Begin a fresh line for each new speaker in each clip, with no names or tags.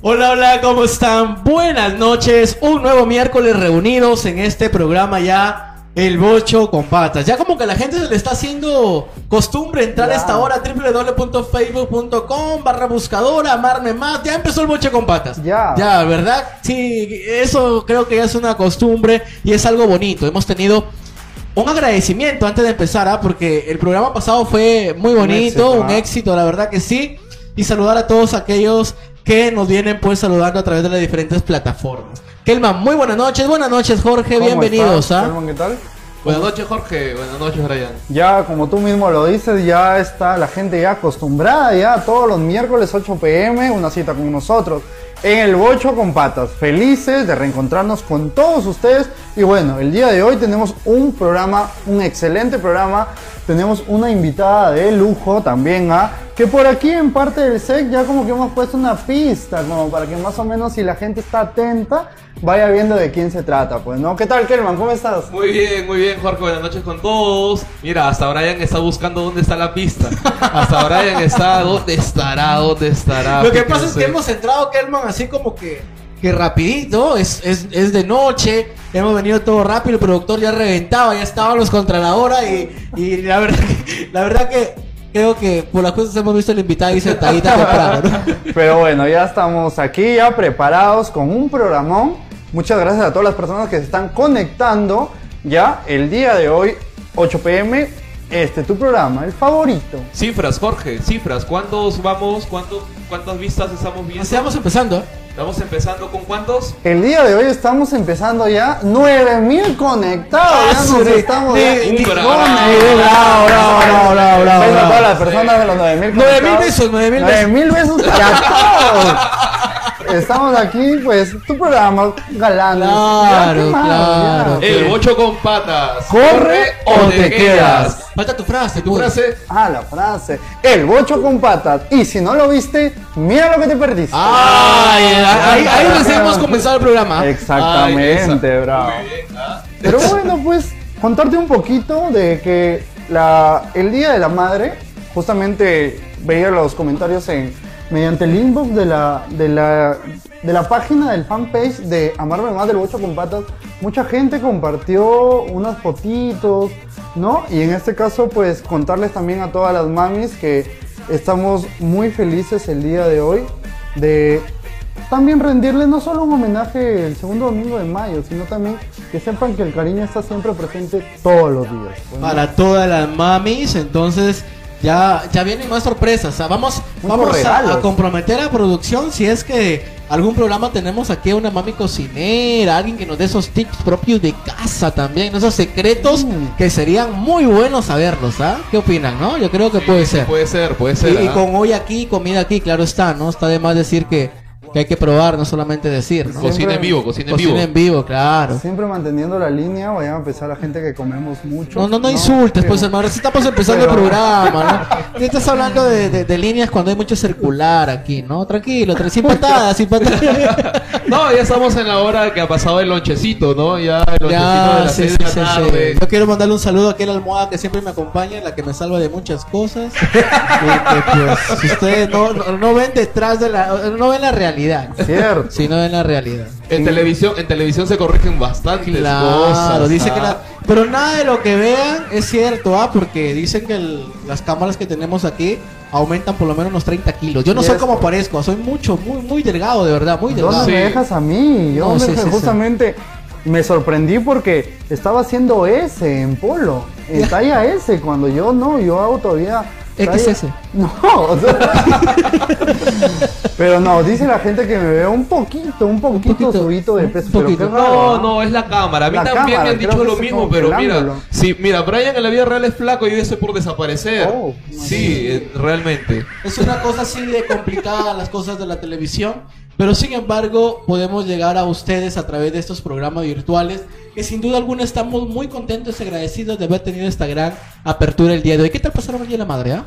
Hola, hola, ¿cómo están? Buenas noches. Un nuevo miércoles reunidos en este programa ya, El Bocho con Patas. Ya como que a la gente se le está haciendo costumbre entrar a esta hora a www.facebook.com barra buscadora, amarme más. Ya empezó El Bocho con Patas.
Ya.
Ya, ¿verdad? Sí, eso creo que ya es una costumbre y es algo bonito. Hemos tenido... Un agradecimiento antes de empezar, ¿ah? porque el programa pasado fue muy bonito,
éxito,
un éxito,
¿ah?
la verdad que sí. Y saludar a todos aquellos que nos vienen pues saludando a través de las diferentes plataformas. Kelman, muy buenas noches, buenas noches Jorge,
¿Cómo
bienvenidos.
estás,
¿ah?
Salman, ¿Qué tal?
Buenas noches Jorge, buenas noches Brian.
Ya, como tú mismo lo dices, ya está la gente ya acostumbrada, ya todos los miércoles 8 pm, una cita con nosotros en el Bocho con Patas. Felices de reencontrarnos con todos ustedes. Y bueno, el día de hoy tenemos un programa, un excelente programa. Tenemos una invitada de lujo también, ¿ah? que por aquí en parte del SEC ya como que hemos puesto una pista, como para que más o menos si la gente está atenta, vaya viendo de quién se trata, pues, ¿no? ¿Qué tal, Kelman? ¿Cómo estás?
Muy bien, muy bien Jorge, buenas noches con todos. Mira, hasta Brian está buscando dónde está la pista. Hasta Brian está, ¿dónde estará? ¿Dónde estará?
Lo que
Puta,
pasa
no
es que
sé.
hemos entrado Kelman así como que, que rapidito, es, es, es de noche, hemos venido todo rápido, el productor ya reventaba, ya estábamos contra la hora y, y la verdad que, la verdad que creo que por las cosas hemos visto el invitado y sentadita temprano, ¿no?
Pero bueno, ya estamos aquí, ya preparados con un programón. Muchas gracias a todas las personas que se están conectando. Ya el día de hoy, 8 pm, este tu programa, el favorito.
Cifras, Jorge, cifras. ¿Cuántos vamos? ¿Cuánto, ¿Cuántas vistas estamos viendo?
Así vamos empezando. ¿eh?
Estamos empezando con cuántos?
El día de hoy estamos empezando ya 9000 conectados.
Ah,
Ya
su
nos
de-
estamos
de-
ya
de-
conectados.
bravo,
Bravo, bravo, bravo, bravo, bravo.
Beso a
a
todas las
todas las personas de los 9000
9000 besos, 9000 besos.
9000 besos para todos. Estamos aquí, pues, tu programa galán.
Claro, Eh, claro.
El bocho con patas.
Corre o te quedas.
Falta tu frase,
Tu
tú.
frase.
Ah, la frase. El bocho con patas. Y si no lo viste, mira lo que te perdiste.
eh,
Ay, eh, ahí, ahí recién hemos comenzado el programa.
Exactamente,
Ay, esa.
bravo.
Muy bien, ah.
Pero bueno, pues contarte un poquito de que la, el Día de la Madre, justamente veía los comentarios en, mediante el inbox de la, de la, de la página del fanpage de Amarme Más del Bocho con Patas, mucha gente compartió unas fotitos, ¿no? Y en este caso, pues contarles también a todas las mamis que estamos muy felices el día de hoy de también rendirle no solo un homenaje el segundo domingo de mayo, sino también que sepan que el cariño está siempre presente todos los días. pues, ¿no?
Para todas las mamis, entonces ya, ya vienen más sorpresas. o sea, vamos
Muchos
vamos a- a,
regalos.
comprometer a producción si es que algún programa tenemos aquí a una mami cocinera, alguien que nos dé esos tips propios de casa también, esos secretos
Mm.
que serían muy buenos saberlos, ¿ah? ¿Qué opinan, no? Yo creo que puede ser.
Puede ser, puede
Y,
ser.
y
ah.
con hoy aquí, comida aquí, claro está, ¿no? Está de más decir que, que hay que probar, no solamente decir, ¿no?
Cocina
Cocina en vivo, cocina en
Cocina
vivo.
en vivo, claro.
Siempre manteniendo la línea, vayan a pensar a gente que comemos mucho.
No, no, no insultes,
Pero-
pues hermano, recién estamos empezando el
Pero-
programa, ¿no? Y estás hablando de, de- de líneas cuando hay mucho circular aquí, ¿no? Tranquilo, tra- sin patadas, sin patadas.
No, ya estamos en la hora que ha pasado el lonchecito, ¿no? Ya el lonchecito de
ya,
las
sí,
seis
sí,
de la
sí,
tarde.
sí. Yo quiero mandarle un saludo a aquel almohada que siempre me acompaña, la que me salva de muchas cosas. Porque, pues, si ustedes no, no, no ven detrás de la... no ven la realidad.
Cierto.
Si no ven la realidad.
En televisión, en televisión se corrigen bastantes
Claro,
cosas.
dice
ah.
que la- Pero nada de lo que vean es cierto, ¿ah? Porque dicen que el- las cámaras que tenemos aquí aumentan por lo menos unos 30 kilos. Yo no
Y
soy
eso.
como parezco, soy mucho, muy, muy delgado, de verdad, muy delgado.
¿Dónde
Sí.
me dejas a mí? Yo
No,
me-
sí, sí, sí.
justamente me sorprendí porque estaba haciendo S en polo, en
Ya.
talla S, cuando yo no, yo hago todavía. talla-
XS.
No, o sea- pero no, dice la gente que me veo un poquito, un poquito,
poquito,
subito de
un
peso.
poquito.
Pero qué raro,
No, no, es la cámara. A mí
La
también me
cámara,
han dicho
creo que
lo
es
mismo,
como
pero
el
mira,
ángulo.
sí, mira, Brian en la vida real es flaco y yo estoy por desaparecer.
Oh,
sí, eh, realmente.
Es una cosa así de complicada las cosas de la televisión, pero sin embargo podemos llegar a ustedes a través de estos programas virtuales que sin duda alguna estamos muy contentos y agradecidos de haber tenido esta gran apertura el día de hoy. ¿Qué tal pasaron el día de la madre, ah?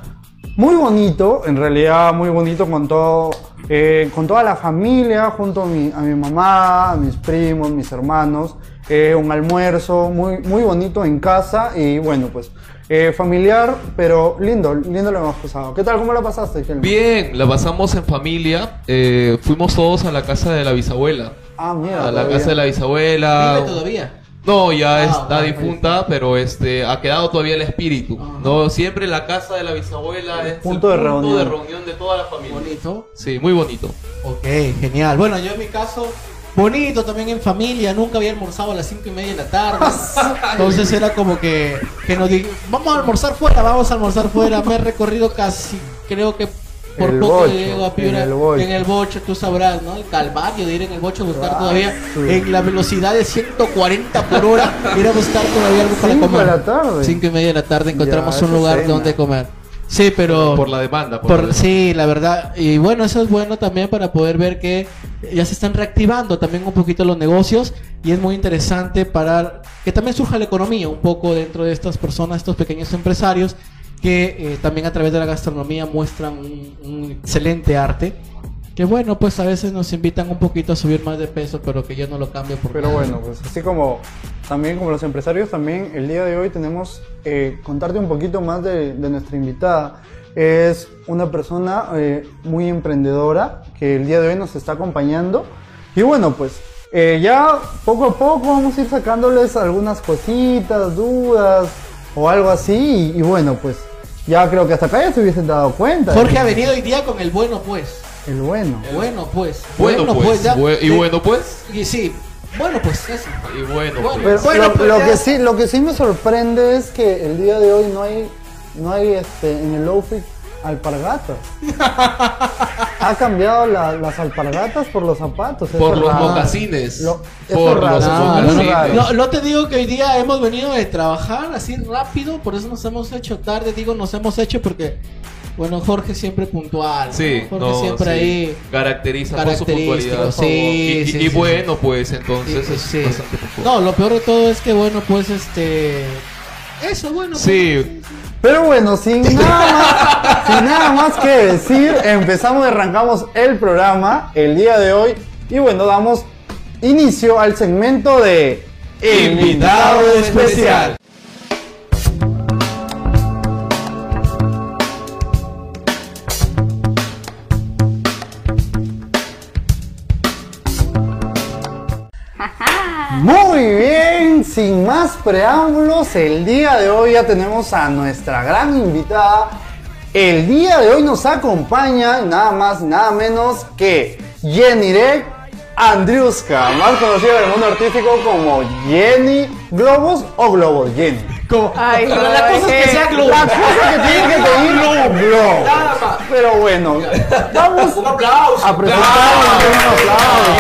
Muy bonito, en realidad muy bonito con todo, eh, con toda la familia, junto a mi, a mi mamá, a mis primos, mis hermanos, eh, un almuerzo muy, muy bonito en casa y bueno, pues Eh, familiar, pero lindo, lindo lo hemos pasado. ¿Qué tal? ¿Cómo lo pasaste, Helmer?
Bien, la pasamos en familia. eh, fuimos todos a la casa de la bisabuela.
Ah, mierda.
A la
todavía.
casa de la bisabuela.
Vive todavía.
No, ya
Ah,
está
ok.
difunta, pero este ha quedado todavía el espíritu. No, siempre la casa de la bisabuela es
punto
el
de
punto
reunión.
de reunión de toda la familia.
Bonito.
Sí, muy bonito.
Ok, genial. Bueno, yo en mi caso, bonito también en familia. Nunca había almorzado a las cinco y media de la tarde. Entonces era como que, que nos di- vamos a almorzar fuera, vamos a almorzar fuera. Me he recorrido casi, creo que por
El
poco
bocho,
llego a Piura.
en el bocho.
En el bocho, tú sabrás, ¿no? El calvario de ir en el bocho a buscar todavía
sí.
en la velocidad de 140 por hora. ir a buscar todavía algo para
Cinco de
comer.
la tarde.
Cinco y media de la tarde encontramos
Ya,
un
esa
lugar
cena.
donde comer. Sí, pero...
Por la demanda. por la
Por,
demanda.
sí, la verdad. Y bueno, eso es bueno también para poder ver que ya se están reactivando también un poquito los negocios y es muy interesante para que también surja la economía un poco dentro de estas personas, estos pequeños empresarios que eh, también a través de la gastronomía muestran un, un excelente arte. Que bueno, pues a veces nos invitan un poquito a subir más de peso, pero que yo no lo cambio por
Pero
nada.
bueno, pues así como también como los empresarios, también el día de hoy tenemos eh, contarte un poquito más de, de nuestra invitada. Es una persona eh, muy emprendedora que el día de hoy nos está acompañando. Y bueno, pues eh, ya poco a poco vamos a ir sacándoles algunas cositas, dudas o algo así. Y, y bueno, pues ya creo que hasta acá ya se hubiesen dado cuenta.
Jorge ha venido hoy día con el bueno pues.
El bueno.
Bueno pues.
Bueno, pues.
ya.
bue- y bueno, pues.
Y sí. Bueno pues eso.
Y bueno, pues.
Bueno,
Pero
Bueno,
lo,
pues
lo
ya.
que sí, lo que sí me sorprende es que el día de hoy no hay, no hay este, en el outfit alpargatas. ha cambiado la- las alpargatas por los zapatos. eso
Por
es
los
raro.
mocasines.
Lo- eso
Por
es raro,
los
eso es
mocasines.
raro.
No, no te digo que hoy día hemos venido de trabajar así rápido, por eso nos hemos hecho tarde, digo nos hemos hecho porque, bueno, Jorge siempre puntual, ¿no?
Sí,
Jorge
no,
siempre
sí.
ahí.
Caracteriza por su
Característico,
puntualidad.
sí,
y,
sí,
y- y
sí.
bueno, pues entonces
Sí,
es
sí.
bastante puntual.
No, lo peor de todo es que, bueno, pues este... Eso, bueno. pues,
Sí.
Pero bueno, sin nada, más, sin nada más que decir, empezamos y arrancamos el programa el día de hoy. Y bueno, damos inicio al segmento de
Invitado especial.
Muy bien, sin más preámbulos, el día de hoy ya tenemos a nuestra gran invitada. El día de hoy nos acompaña nada más, nada menos que Jenny Rec Andriuska, más conocida del mundo artístico como Jenny Globos o Globos Jenny.
Ay,
Pero la
ay,
cosa es que
eh,
sea globo.
La cosa que tiene que pedir Globos. Pero bueno, vamos a presentar un aplauso.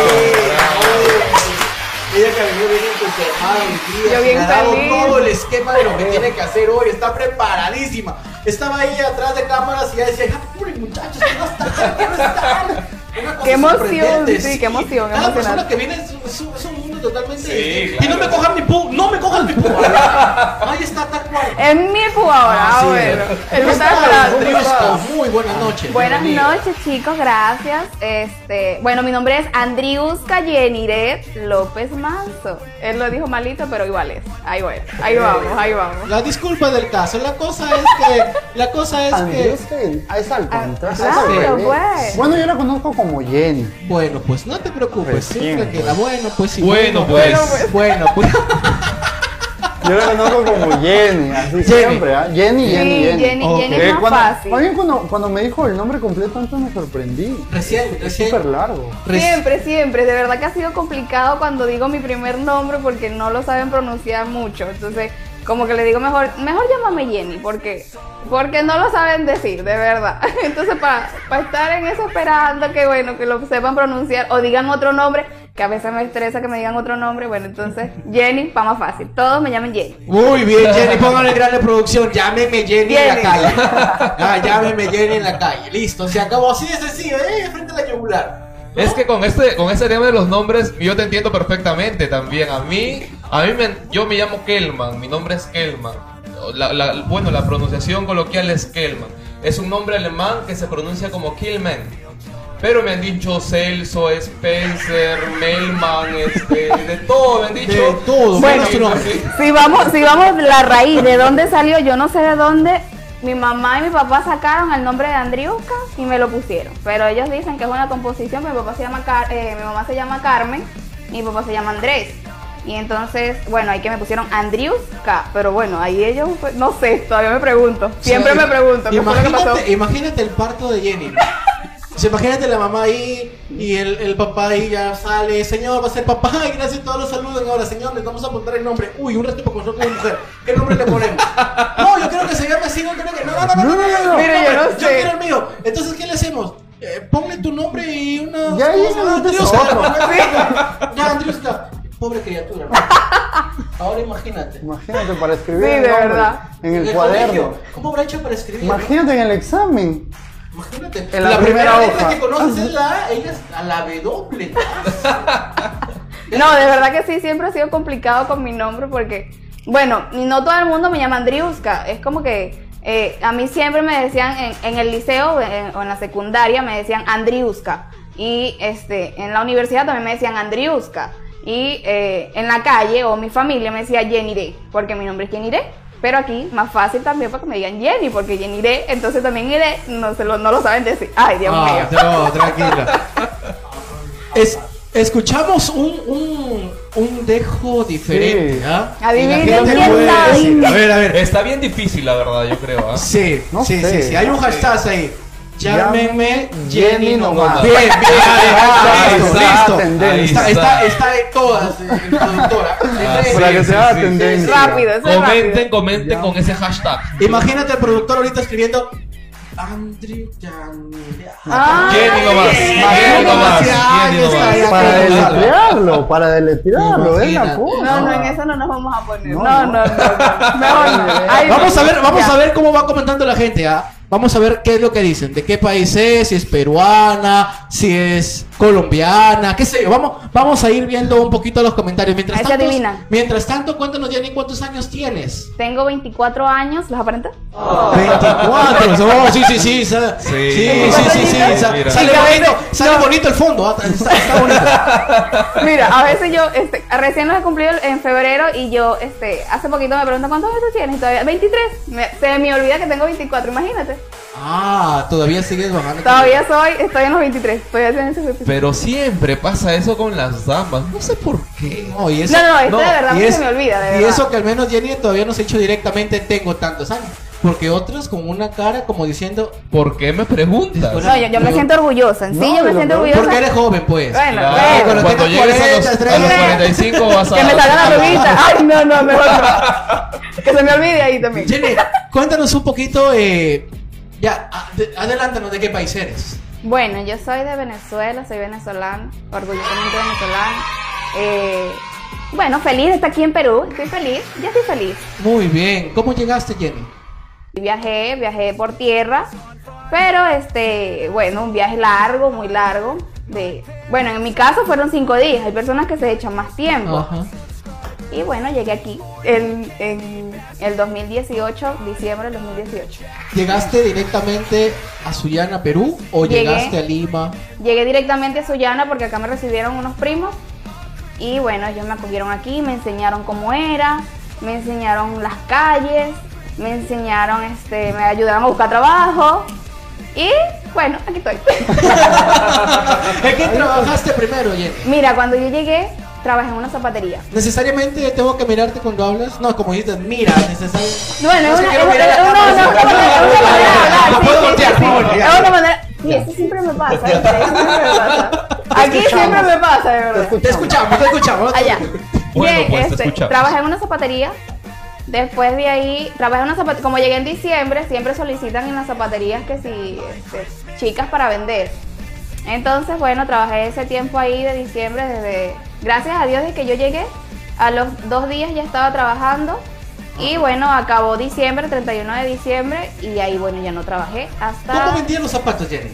Ella que venido bien entusiasmada hoy
Yo bien
le ha dado
feliz.
todo el esquema de lo que tiene que hacer hoy, está preparadísima. Estaba ahí atrás de cámaras y ya decía, "Ah, pobre muchachos, que no están, que no están. Una cosa
Qué emoción,
sorprendente,
sí, qué emoción,
Cada persona
emocionante.
que viene es, es un- es un mundo totalmente diferente. Y no me cojan mi pu, no me cojan mi pu. Ahí está, tal cual.
Es mi jugador, ah, bueno. Él me
¿Cómo
estaba
estás,
esperando.
Andriusco? Muy buenas noches.
Buenas
bienvenida.
noches, chicos, gracias. Este, bueno, mi nombre es Andriusca Yeniret López Manso. Él lo dijo malito, pero igual es. Ahí voy, ahí vamos, ahí vamos.
La disculpa del caso, la cosa es que, la cosa
Ah,
es que,
Andriuska es al contrario. es al
Claro,
revés.
pues.
Bueno, yo la conozco como Jenny.
bueno, pues no te preocupes,
Pues,
siempre
bien,
queda bueno, pues sí.
Bueno, pues.
Bueno, pues.
Yo la conozco como Jenny, así siempre, ¿ah? Jenny,
Sí,
Jenny, Jenny.
Jenny, Jenny es
Eh,
más
cuando,
fácil.
más bien cuando, cuando me dijo el nombre completo antes me sorprendí.
Recién,
Es
recién.
súper largo.
reci-
Siempre, siempre. De verdad que ha sido complicado cuando digo mi primer nombre porque no lo saben pronunciar mucho. Entonces, como que le digo mejor, mejor llámame Jenny porque porque no lo saben decir, de verdad. Entonces, para estar en eso esperando que bueno, que lo sepan pronunciar o digan otro nombre, que a veces me estresa que me digan otro nombre, bueno, entonces Jenny, para más fácil. Todos me llaman Jenny.
Muy bien, Jenny, póngale grande producción. Llámeme Jenny en la
Jenny.
calle. Ah, llámeme Jenny en la calle. Listo, se acabó. Así de sencillo, eh, frente a la yugular.
Es que con este, con este tema de los nombres, yo te entiendo perfectamente también. A mí, a mí me- yo me llamo Kelman, mi nombre es Kelman. La- la- bueno, la pronunciación coloquial es Kelman. Es un nombre alemán que se pronuncia como Kilman. Pero me han dicho Celso, Spencer, Melman, este, de todo me han dicho.
De todo,
Bueno.
menos tu nombre.
Si vamos, si vamos a la raíz de dónde salió, yo no sé de dónde. Mi mamá y mi papá sacaron el nombre de Andriuska y me lo pusieron. Pero ellos dicen que es una composición. Mi papá se llama Car- eh, mi mamá se llama Carmen y mi papá se llama Andrés. Y entonces, bueno, ahí que me pusieron Andriuska, pero bueno, ahí ellos, pues, no sé, todavía me pregunto. Siempre
O sea,
me pregunto, ¿qué fue lo que pasó?
Imagínate, imagínate el parto de Jenny. O sea, imagínate la mamá ahí y el, el papá ahí ya sale. Señor, va a ser papá. Ay, gracias, todos los saluden ahora. Señor, les vamos a apuntar el nombre. Uy, un respeto con nosotros, mujer. ¿Qué nombre le ponemos? No, yo creo que se llame así. No, creo que... no, no, no, no, no, no, no, no,
Mira, yo no
Yo
sé.
quiero el mío. Entonces, ¿qué le hacemos? Eh, ponle tu nombre y una.
Ya, ya, ya, no te sobo.
Ya, Andriuska. Pobre criatura. Ahora imagínate.
Imagínate para escribir
Sí,
el
de
nombre
verdad.
en el
En el
cuaderno.
colegio, ¿Cómo habrá hecho para escribir?
Imagínate en el examen.
Imagínate.
En la primera
letra
hoja.
que conoces es la A, ella es a la B doble.
No, de verdad que sí, siempre ha sido complicado con mi nombre porque, bueno, no todo el mundo me llama Andriuska. Es como que eh, a mí siempre me decían en, en el liceo en- o en la secundaria me decían Andriuska. Y este, en la universidad también me decían Andriuska. Y eh, en la calle o mi familia me decía Jenny Day, porque mi nombre es Jenny Day. Pero aquí más fácil también para que me digan Jenny, porque Jenny Day, entonces también iré, no, se lo, no lo saben decir. Ay, Dios
Ah,
mío.
no, tranquila. Es, escuchamos un, un, un dejo diferente.
Sí.
¿ah?
Adivinen
Y la gente
quién
puede
la
decir,
adivina.
A ver, a ver.
Está bien difícil, la verdad, yo creo. ¿ah?
Sí,
No
sí,
sé.
sí, sí. Hay un hashtag ahí. Llámenme Jenny
Jenny
nomás.
nomás.
Bien, bien,
Ah,
bien, listo,
está
listo. Está,
tendencia.
está, está en todas, eh, en productora.
Ah,
Sí.
Para que sea
sí, sí,
tendencia.
Rápido, eso es rápido.
Comenten, comenten con ese hashtag.
Imagínate al productor ahorita escribiendo Andrew Yanira.
Ay,
Jenny nomás, Jenny nomás, Jenny nomás.
Para
Claro.
deletrearlo, para deletrearlo, es la
Imagínate.
cosa.
No, no, en eso no nos vamos a poner. No,
No,
no, no.
no.
no, no, no, no. Ay,
Vamos a ver, vamos
ya.
a ver cómo va comentando la gente, ¿ah? Vamos a ver qué es lo que dicen, de qué país es, si es peruana, si es colombiana, qué sé yo. Vamos, vamos a ir viendo un poquito los comentarios. Mientras
Ahí se
tanto,
adivina.
mientras tanto, cuéntanos, Jenny, cuántos años tienes.
Tengo 24 años, ¿los aparenta?
24. Oh, sí, sí, sí. sa-
Sí.
Sí, sí, sí, sí,
Mira.
sa- Sale bonito, sale bonito el fondo. ah, Está, está bonito.
Mira, a veces yo, este, recién los he cumplido en febrero y yo, este, hace poquito me preguntan cuántos años tienes y todavía, 23. Me- se me olvida que tengo 24, imagínate.
Ah, todavía sigues bajando.
Todavía soy, estoy en los 23, estoy haciendo ese ejercicio.
Pero siempre pasa eso con las damas. No sé por qué.
No, y eso,
No, no, esto de verdad
y
que se
es-
me olvida, de
Y
verdad.
eso que al menos Jenny todavía nos ha dicho directamente, tengo tantos años. Porque otros con una cara como diciendo,
¿Por qué me
Por-
preguntas?
No, yo, yo me siento orgullosa, en sí,
No,
yo me
lo
siento
peor-
orgullosa.
porque eres joven pues.
Bueno,
Claro,
bueno.
Cuando
Ah, Cuando
tengas
llegues a los,
40,
a los
estrella.
45 vas a...
Que me salga la rubita. Ay, no, no, mejor no. Que se me olvide ahí también.
Jenny, cuéntanos un poquito, eh, ya, a- de- adelántanos de qué país eres.
Bueno, yo soy de Venezuela, soy venezolana, orgullosamente venezolana. Eh, bueno, feliz de estar aquí en Perú, estoy feliz, ya estoy feliz.
Muy bien, ¿cómo llegaste Jenny?
Viajé, viajé por tierra, pero este, bueno, un viaje largo, muy largo. De, bueno, en mi caso fueron cinco días, hay personas que se echan más tiempo.
Ajá.
Y bueno, llegué aquí en, en el 2018, diciembre del 2018.
¿Llegaste directamente a Sullana, Perú o
Llegué.
llegaste a Lima?
Llegué directamente a Sullana porque acá me recibieron unos primos y bueno, ellos me acogieron aquí, me enseñaron cómo era, me enseñaron las calles, me enseñaron, este, me ayudaron a buscar trabajo y bueno, aquí estoy.
¿En qué trabajaste primero Jenny?
Mira, cuando yo llegué, trabajé en una zapatería.
¿Necesariamente tengo que mirarte cuando hablas? No, como dices, mira, necesariamente.
Bueno,
No
es
se
una, es
quiero
una,
mirar
es
la
una-
cámara,
es una- es una manera de hablar,
No
sí,
puedo
sí, sí,
voltear,
sí.
no puedo voltear.
Es una manera. Sí, eso siempre me pasa, ¿viste? Eso siempre me pasa. Aquí siempre me pasa, de verdad.
Te escuchamos, te escuchamos.
allá.
Bueno,
Bien,
pues, te
este,
escuchamos.
trabajé en una zapatería. Después de ahí, trabajé en una zapatería. Como llegué en diciembre, siempre solicitan en las zapaterías que si este, chicas para vender. Entonces, bueno, trabajé ese tiempo ahí de diciembre desde. Gracias a Dios, desde que yo llegué, a los dos días ya estaba trabajando. Y bueno, acabó diciembre, 31 de diciembre, y ahí, bueno, ya no trabajé hasta.
¿Cómo vendían los zapatos, Jenny?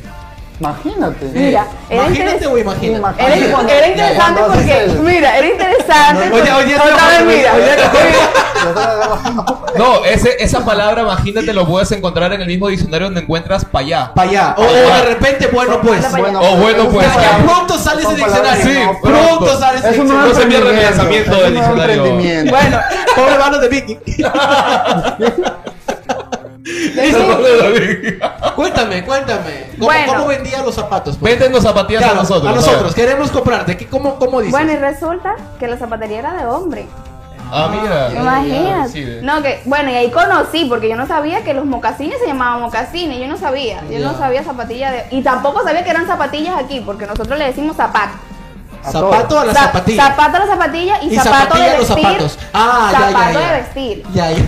Imagínate.
Mira, era
Imagínate
interes-
o imagina.
Imagina.
Era,
Cuando-
era interesante
cuando
porque,
haces el-
mira, era interesante.
Oye, oye,
otra
oye,
vez, mira.
oye,
Lo estaba-
No, ese, esa palabra, imagínate, lo puedes encontrar en el mismo diccionario donde encuentras payá.
Para allá. O, o de repente, bueno, pues.
Anda pa' allá.
Oh, bueno,
es
pues.
una
Ya, ya
palabra-
pronto sale ese
son palabras
diccionario.
que no-
Sí,
pronto
pronto.
sale ese
Es un nuevo
No
diccionario.
se pierde el lanzamiento
emprendimiento, es un
del
nuevo
diccionario.
emprendimiento.
Bueno, pobre mano de Vicky. Listo. Cuéntame, cuéntame. ¿Cómo,
Bueno.
cómo vendía los zapatos? pues?
Véndenos zapatillas
Claro,
a nosotros.
A nosotros, queremos comprarte. ¿Qué, cómo, ¿Cómo dices?
Bueno, y resulta que la zapatería era de hombre.
Ah, mira.
Imagínate.
Sí, de-
No, que, bueno, y ahí conocí, porque yo no sabía que los mocasines se llamaban mocasines, yo no sabía, yo no
Ya.
sabía zapatillas de... Y tampoco sabía que eran zapatillas aquí, porque nosotros le decimos zapato.
a
zapato
todo.
a la
Za-
zapatilla.
Zapato a la zapatilla y,
y
zapato
zapatilla
de
a los
vestir.
zapatos. Ah, ya, ya,
zapato
ya.
de vestir.
Ya, ya.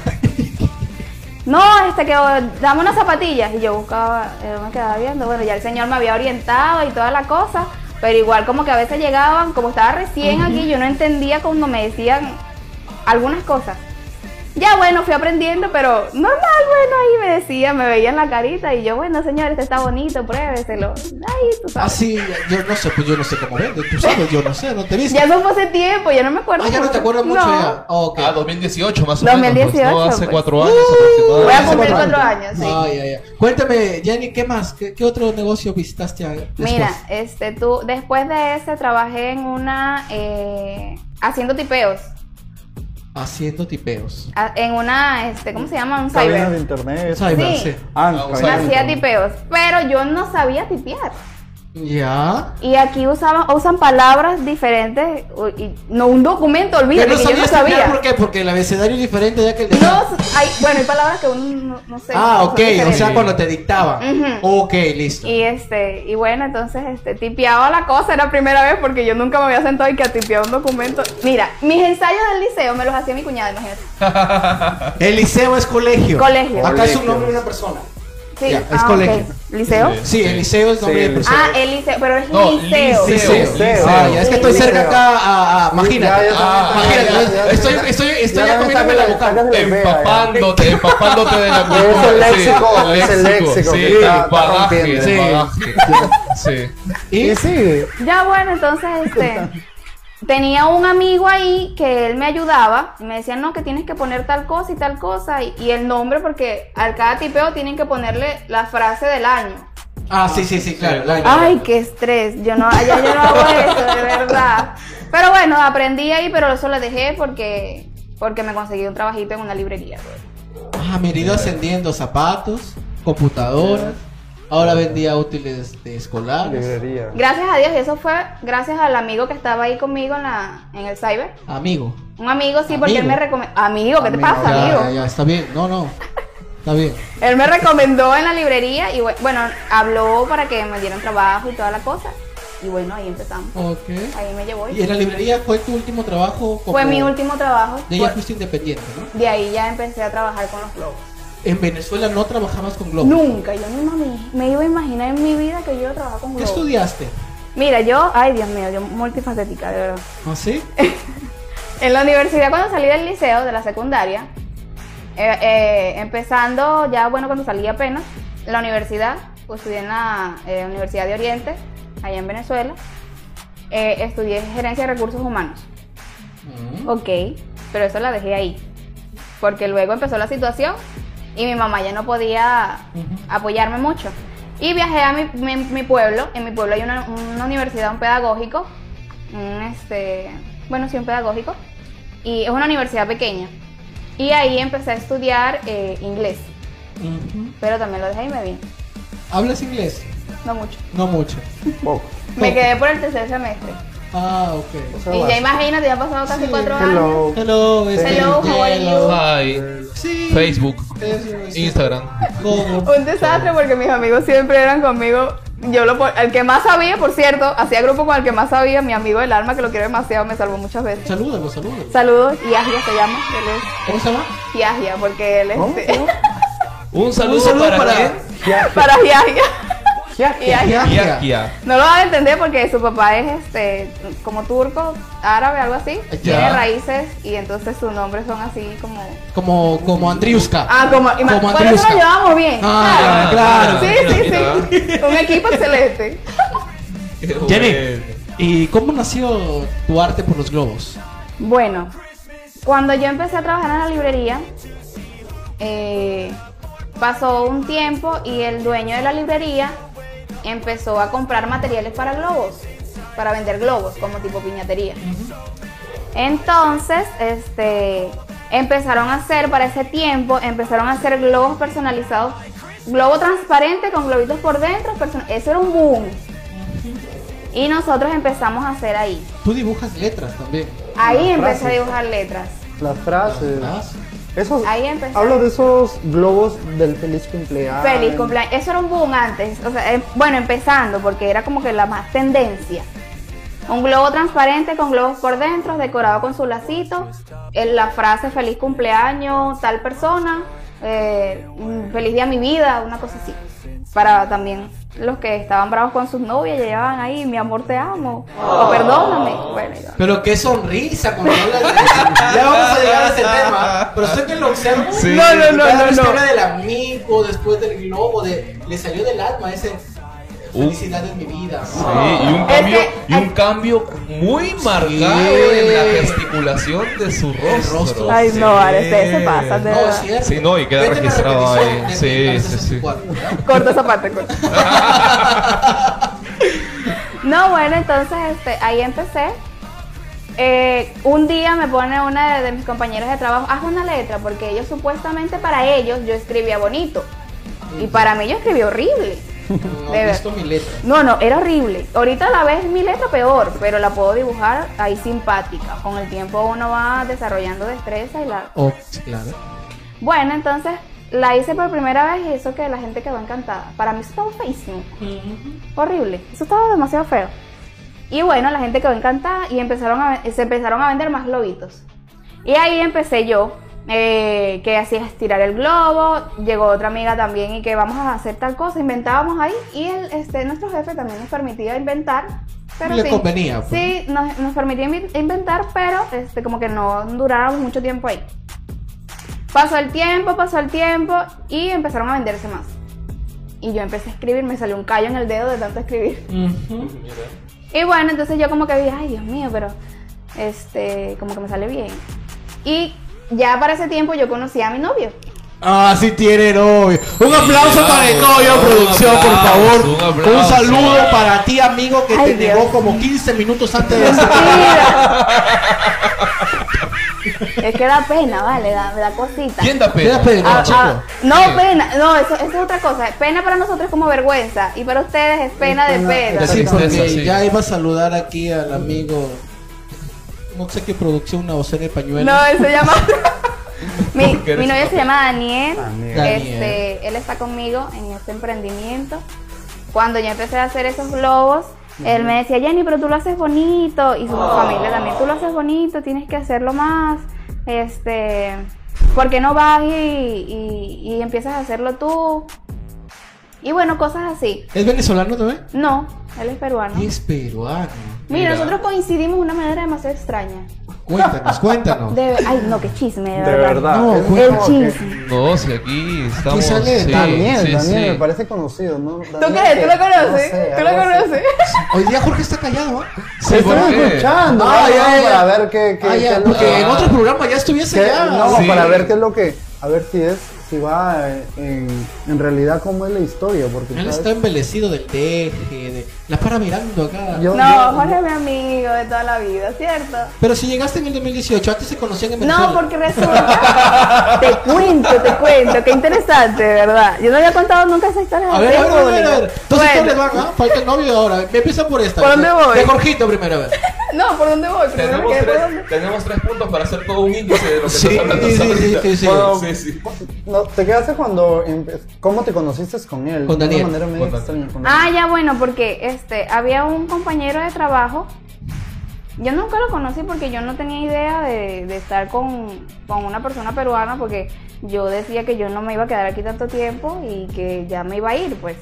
No, este que oh, dame unas zapatillas. Y yo buscaba, eh, me quedaba viendo. Bueno, ya el señor me había orientado y toda la cosa. Pero igual como que a veces llegaban, como estaba recién aquí, yo no entendía cuando me decían algunas cosas. Ya bueno, fui aprendiendo, pero normal, bueno, ahí me decían, me veían la carita y yo, bueno, señor, este está bonito, pruébeselo. Ahí, tú
Ah,
sabes.
sí, ya, yo no sé, pues yo no sé cómo vende. Tú sabes, yo no sé, no te viste.
Ya eso fue hace tiempo, ya no me acuerdo.
ah, ya no te acuerdas mucho
No.
ya. Ok.
Ah, 2018 más o
2018,
menos. pues, No, hace
pues.
cuatro años
Voy a
aproximadamente.
cumplir
cuatro
cuatro
años.
años, sí.
Ay, ay, ay. Ah, Cuéntame, Jenny, ¿qué más? ¿Qué, qué otro negocio visitaste a- después?
Mira, este, tú, después de ese trabajé en una, eh, haciendo tipeos,
Haciendo tipeos.
a- en una, este, ¿cómo se llama? Un
Cabinas de
cyber.
internet.
Cyber,
Sí.
Ah,
Ah,
un
cabinas de
cyber.
Hacía
internet.
tipeos, pero yo no sabía tipear.
Ya.
Y aquí usaban, usan palabras diferentes, u- y, no un documento,
¿Qué
olvídate, que yo no
sabías
sabía.
tipear? ¿Por qué? Porque el abecedario es diferente ya que el de acá.
No, s- hay, bueno, hay palabras que uno no, no sé.
Ah,
son
ok, o
diferentes.
sea, cuando te dictaba.
Ujú.
Ok, listo.
Y este, y bueno, entonces este, tipeaba la cosa, era primera vez porque yo nunca me había sentado y que a tipear un documento. Mira, mis ensayos del liceo me los hacía mi cuñada, imagínate.
El liceo es colegio.
Colegio.
Acá es un
Colegio.
nombre de una persona.
Sí,
Ya, es
ah, ok.
colegio.
¿Liceo?
Sí.
Sí, el liceo es nombre
Sí,
de
el
persona.
Ah, el liceo, pero es
No,
liceo.
liceo.
Liceo.
Liceo.
Ah, ya, es que estoy
Liceo.
cerca acá a, a-
Ya,
imagínate.
ya
Ah,
también, ya,
imagínate,
ya, ya,
estoy,
ya.
estoy, estoy
Ya
ya
también
comiéndome la
sacas-
boca.
sacas de la pera,
Empapándote, empapándote de la
Es
cultura.
el
Sí,
léxico,
el
es el léxico,
Sí,
que
el
está- está
bagaje, el
rompiendo.
bagaje. Sí.
Y sí,
Ya bueno, entonces este tenía un amigo ahí que él me ayudaba, y me decía, "No, que tienes que poner tal cosa y tal cosa y, y el nombre porque al cada tipeo tienen que ponerle la frase del año."
Ah, sí, sí, sí, claro. la-
Ay, qué estrés. Yo no, ya yo no hago eso, de verdad. Pero bueno, aprendí ahí, pero eso lo dejé porque porque me conseguí un trabajito en una librería. pues.
Ah, me he ido ascendiendo zapatos, computadoras. Ahora vendía útiles de escolares.
librería.
Gracias a Dios, y eso fue gracias al amigo que estaba ahí conmigo en la en el cyber.
Amigo.
Un amigo, sí, porque él
Amigo.
me recomendó. Amigo, ¿qué te
Amigo,
pasa,
Ya,
amigo?
ya, ya, está bien. No, no. Está bien.
Él me recomendó en la librería y bu- bueno, habló para que me dieran trabajo y toda la cosa. Y bueno, ahí empezamos.
Ok.
Ahí me llevó.
¿Y en la librería fue tu último trabajo? como-
Fue mi último trabajo.
De ella
Fue-
fuiste independiente, ¿no?
de ahí ya empecé a trabajar con los globos.
En Venezuela no trabajabas con Globo.
Nunca, yo no me, me iba a imaginar en mi vida que yo iba a trabajar con
¿Qué
globos.
estudiaste?
Mira, yo, ay Dios mío, yo multifacética, de verdad.
¿Ah, sí?
En la universidad, cuando salí del liceo, de la secundaria, eh, eh, empezando ya, bueno, cuando salí apenas, la universidad, pues, estudié en la eh, Universidad de Oriente, allá en Venezuela, eh, estudié gerencia de recursos humanos.
Mm,
Ok, pero eso la dejé ahí, porque luego empezó la situación y mi mamá ya no podía apoyarme mucho. Y viajé a mi, mi- mi pueblo, en mi pueblo hay una, una universidad, un pedagógico, un este, bueno, sí, un pedagógico, y es una universidad pequeña. Y ahí empecé a estudiar eh, inglés,
Ujú.
pero también lo dejé y me vine,
¿Hablas inglés?
no mucho.
No mucho.
Poco.
Me quedé por el tercer semestre.
Ah, ok.
Se
Y
va.
ya imagínate, ya han pasado casi
Sí.
cuatro años.
Hello.
Hello, este,
Hello, how are
hello.
Hi.
Sí.
Facebook.
Eso, sí.
Instagram.
Google.
Un desastre porque mis amigos siempre eran conmigo. Yo lo pon- el que más sabía, por cierto, hacía grupo con el que más sabía, mi amigo del alma que lo quiero demasiado, me salvó muchas veces.
Salúdalo, salúdalo.
Saludos, Yahya se llama, él
¿Cómo se llama?
es Yahya, porque él es
¿Cómo?
este,
Un saludo,
saludo
para,
para-
quién?
Ya,
para Yahya.
Ya,
Y ahí-
Ya.
Yakia.
No lo van a entender porque su papá es este como turco, árabe, algo así.
Ya.
Tiene raíces y entonces sus nombres son así como.
Como, como Andriuska.
Ah, como. ima-
Como
por eso
Andriuska.
nos llevamos bien.
Ah,
Ah,
claro.
Sí,
mira.
sí, sí. Un equipo excelente.
Qué
Jenny,
bueno.
¿y cómo nació tu arte por los globos?
Bueno, cuando yo empecé a trabajar en la librería, eh, pasó un tiempo y el dueño de la librería empezó a comprar materiales para globos, para vender globos como tipo piñatería. Entonces, este, empezaron a hacer para ese tiempo, empezaron a hacer globos personalizados, globo transparente con globitos por dentro, person- eso era un boom. Y nosotros empezamos a hacer ahí.
Tú dibujas letras también.
Las
Ahí empecé a
frases.
dibujar letras.
Las frases.
Ah, sí.
Esos,
Ahí empezó.
Hablo de esos globos del feliz cumpleaños.
Feliz cumpleaños. Eso era un boom antes. O sea, eh, bueno, empezando, porque era como que la más tendencia. Un globo transparente con globos por dentro, decorado con su lacito. en la frase feliz cumpleaños, tal persona. eh, mm, feliz día a mi vida, una cosa así. Para también los que estaban bravos con sus novias, llegaban ahí, mi amor te amo. O perdóname. Bueno, yo-
Pero qué sonrisa cuando hablas de Ya vamos a llegar a ese tema. Pero sé que lo observo.
Sí.
No, no, no.
no,
Cada vez que
no.
habla del amigo, después del globo, de, le salió del alma ese.
Uh.
Felicidad en mi vida.
Sí, y un
Es
cambio,
que-
y un cambio muy marcado en la gesticulación de su rostro.
rostro.
Ay, no, vale, ustedes
ustedes
se pasan de-
No, es cierto.
Sí, no, y queda
Vete a la
registrado
repetición
ahí.
de
Sí, sí,
Pintar
sí.
64, ¿verdad?
Corta esa parte, corta. no, bueno, entonces este, ahí empecé. Eh, un día me pone una de, de mis compañeras de trabajo, haz una letra, porque ellos supuestamente para ellos yo escribía bonito. Y para mí yo escribí horrible.
No,
De
he
ver-
visto mi letra.
No, no, era horrible. Ahorita la ves mi letra peor, pero la puedo dibujar ahí simpática. Con el tiempo uno va desarrollando destreza y la,
Oh, sí, claro.
bueno, entonces la hice por primera vez y eso que la gente quedó encantada. Para mí eso estaba feísimo. Horrible. Eso estaba demasiado feo. Y bueno, la gente quedó encantada y empezaron a, ve- se empezaron a vender más globitos. Y ahí empecé yo, eh, que hacía estirar el globo, llegó otra amiga también y que vamos a hacer tal cosa, inventábamos ahí y el, este, nuestro jefe también nos permitía inventar. Pero
Le
sí,
convenía, pues.
Sí, nos, nos permitía invi- inventar, pero este, como que no durábamos mucho tiempo ahí. Pasó el tiempo, pasó el tiempo y empezaron a venderse más. Y yo empecé a escribir, me salió un callo en el dedo de tanto escribir. Y bueno, entonces yo como que dije, ay Dios mío, pero este, como que me sale bien. Y ya para ese tiempo yo conocí a mi novio.
Ah, sí tiene novio. Un aplauso
vamos,
para el novio,
un
producción, por favor.
aplauso, un
Un,
aplauso.
saludo para ti, amigo, que
Ay,
te negó
Dios.
como 15 minutos antes de hacer.
Mira. es que da pena, vale, da, me da cosita.
¿Quién da
Te
pena?
da pena.
Ah,
chico?
ah, no,
Sí.
pena, no, eso, eso es otra cosa. Pena para nosotros es como vergüenza y para ustedes es pena de
pena,
pena.
Sí,
tristeza,
porque
sí.
ya iba a saludar aquí al amigo. No sé qué producción, una docena de pañuelos.
No, él se llama. mi
¿Por qué eres
mi novio
una
se llama Daniel.
Daniel.
Daniel.
Este, él está conmigo en este emprendimiento. Cuando yo empecé a hacer esos globos, él me decía, Jenny, pero tú lo haces bonito. Y su familia también, tú lo haces bonito, tienes que hacerlo más. Este, ¿por qué no vas y, y- y empiezas a hacerlo tú? Y bueno, cosas así.
¿Es venezolano también?
No, él es peruano.
Y Es peruano.
Mira,
Mira.
nosotros coincidimos de una manera demasiado extraña.
Cuéntanos, cuéntanos.
De- ay, no, qué chisme, de,
De verdad.
No,
es
cuéntame.
como
El
que-
chisme.
No, si aquí estamos.
sale?
sí,
Daniel,
sí,
Daniel,
sí.
me parece conocido, ¿no?
¿Tú crees? ¿Tú lo conoces? ¿Tú lo conoces?
Hoy día Jorge está callado, ¿ah?
Sí,
Estoy
¿por qué?
escuchando,
Ah,
¿no?
ya, ya.
para ver qué, qué,
Ah, ya,
qué-
porque
Ah.
en otro programa ya estuviese
qué-
ya.
no,
Sí.
para ver qué es lo que, a ver si es, si va eh, en, en realidad cómo es la historia, porque
Él
¿sabes?
está embelecido del teje, de... la para mirando acá.
Yo-
No, Jorge es mi amigo de toda la vida, ¿cierto?
Pero si llegaste en el 2018, antes se conocían en Venezuela.
No, porque resulta. te cuento, te cuento, qué interesante, de verdad. Yo no había contado nunca esa historia.
A ver, a ver, a ver, a ver.
público.
Dos historias
Bueno,
van, ¿ah? Falta el novio ahora. Empieza por esta.
¿Por dónde voy?
De Jorgito primero, a ver.
No, ¿por dónde voy? Primero me
Tenemos
quedé por dónde.
tres, tenemos tres puntos para hacer todo un índice de lo que
Sí,
estás hablando
sí, sí,
ahorita.
sí, sí.
Bueno, sí, sí.
No, te quedaste cuando, empe- ¿cómo te conociste con él?
Con
De
Daniel.
una manera medio
Con
extraña, con Daniel.
Ah, ya bueno, porque este había un compañero de trabajo. Yo nunca lo conocí porque yo no tenía idea de, de estar con, con una persona peruana porque yo decía que yo no me iba a quedar aquí tanto tiempo y que ya me iba a ir, pues.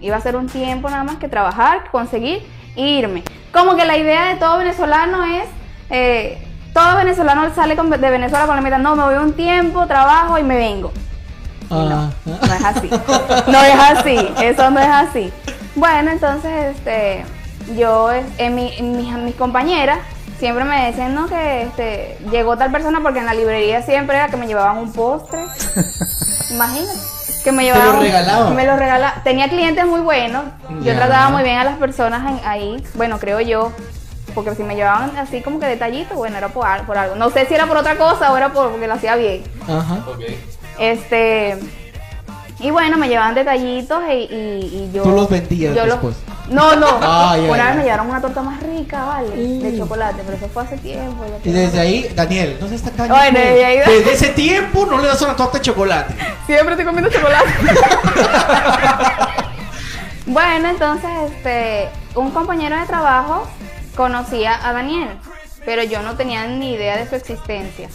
Iba a ser un tiempo nada más que trabajar, conseguir e irme. Como que la idea de todo venezolano es, eh, todo venezolano sale con- de Venezuela con la mitad, no, me voy un tiempo, trabajo y me vengo.
Ah,
No es así. No es así. Eso no es así. Bueno, entonces, este, yo, es- en mi- en mis, mis compañeras siempre me decían, no, que este, llegó tal persona porque en la librería siempre era que me llevaban un postre. Imagínate. Que me
lo
llevaban. un-
regalaban.
Me lo regalaban. Tenía clientes muy buenos. Yo
Ya.
trataba muy bien a las personas en- ahí. Bueno, creo yo. Porque si me llevaban así como que detallito, bueno, era por, al- por algo. No sé si era por otra cosa o era por, porque lo hacía bien.
ah, ajá.
Ok.
Eh,
Este. Y bueno, me llevaban detallitos y, y- y yo.
Tú los vendías
yo los-
después.
No, no.
Ah, ya,
Una
ya.
vez me llevaron una torta más rica, ¿vale? De
Mm.
chocolate, pero eso fue hace tiempo. ya
Y
tiene-
desde ahí, Daniel, no seas tacaño.
Bueno,
pues.
desde ahí-
Desde ese tiempo no le das una torta de chocolate.
Siempre estoy comiendo chocolate. bueno, entonces, este, un compañero de trabajo conocía a Daniel, pero yo no tenía ni idea de su existencia.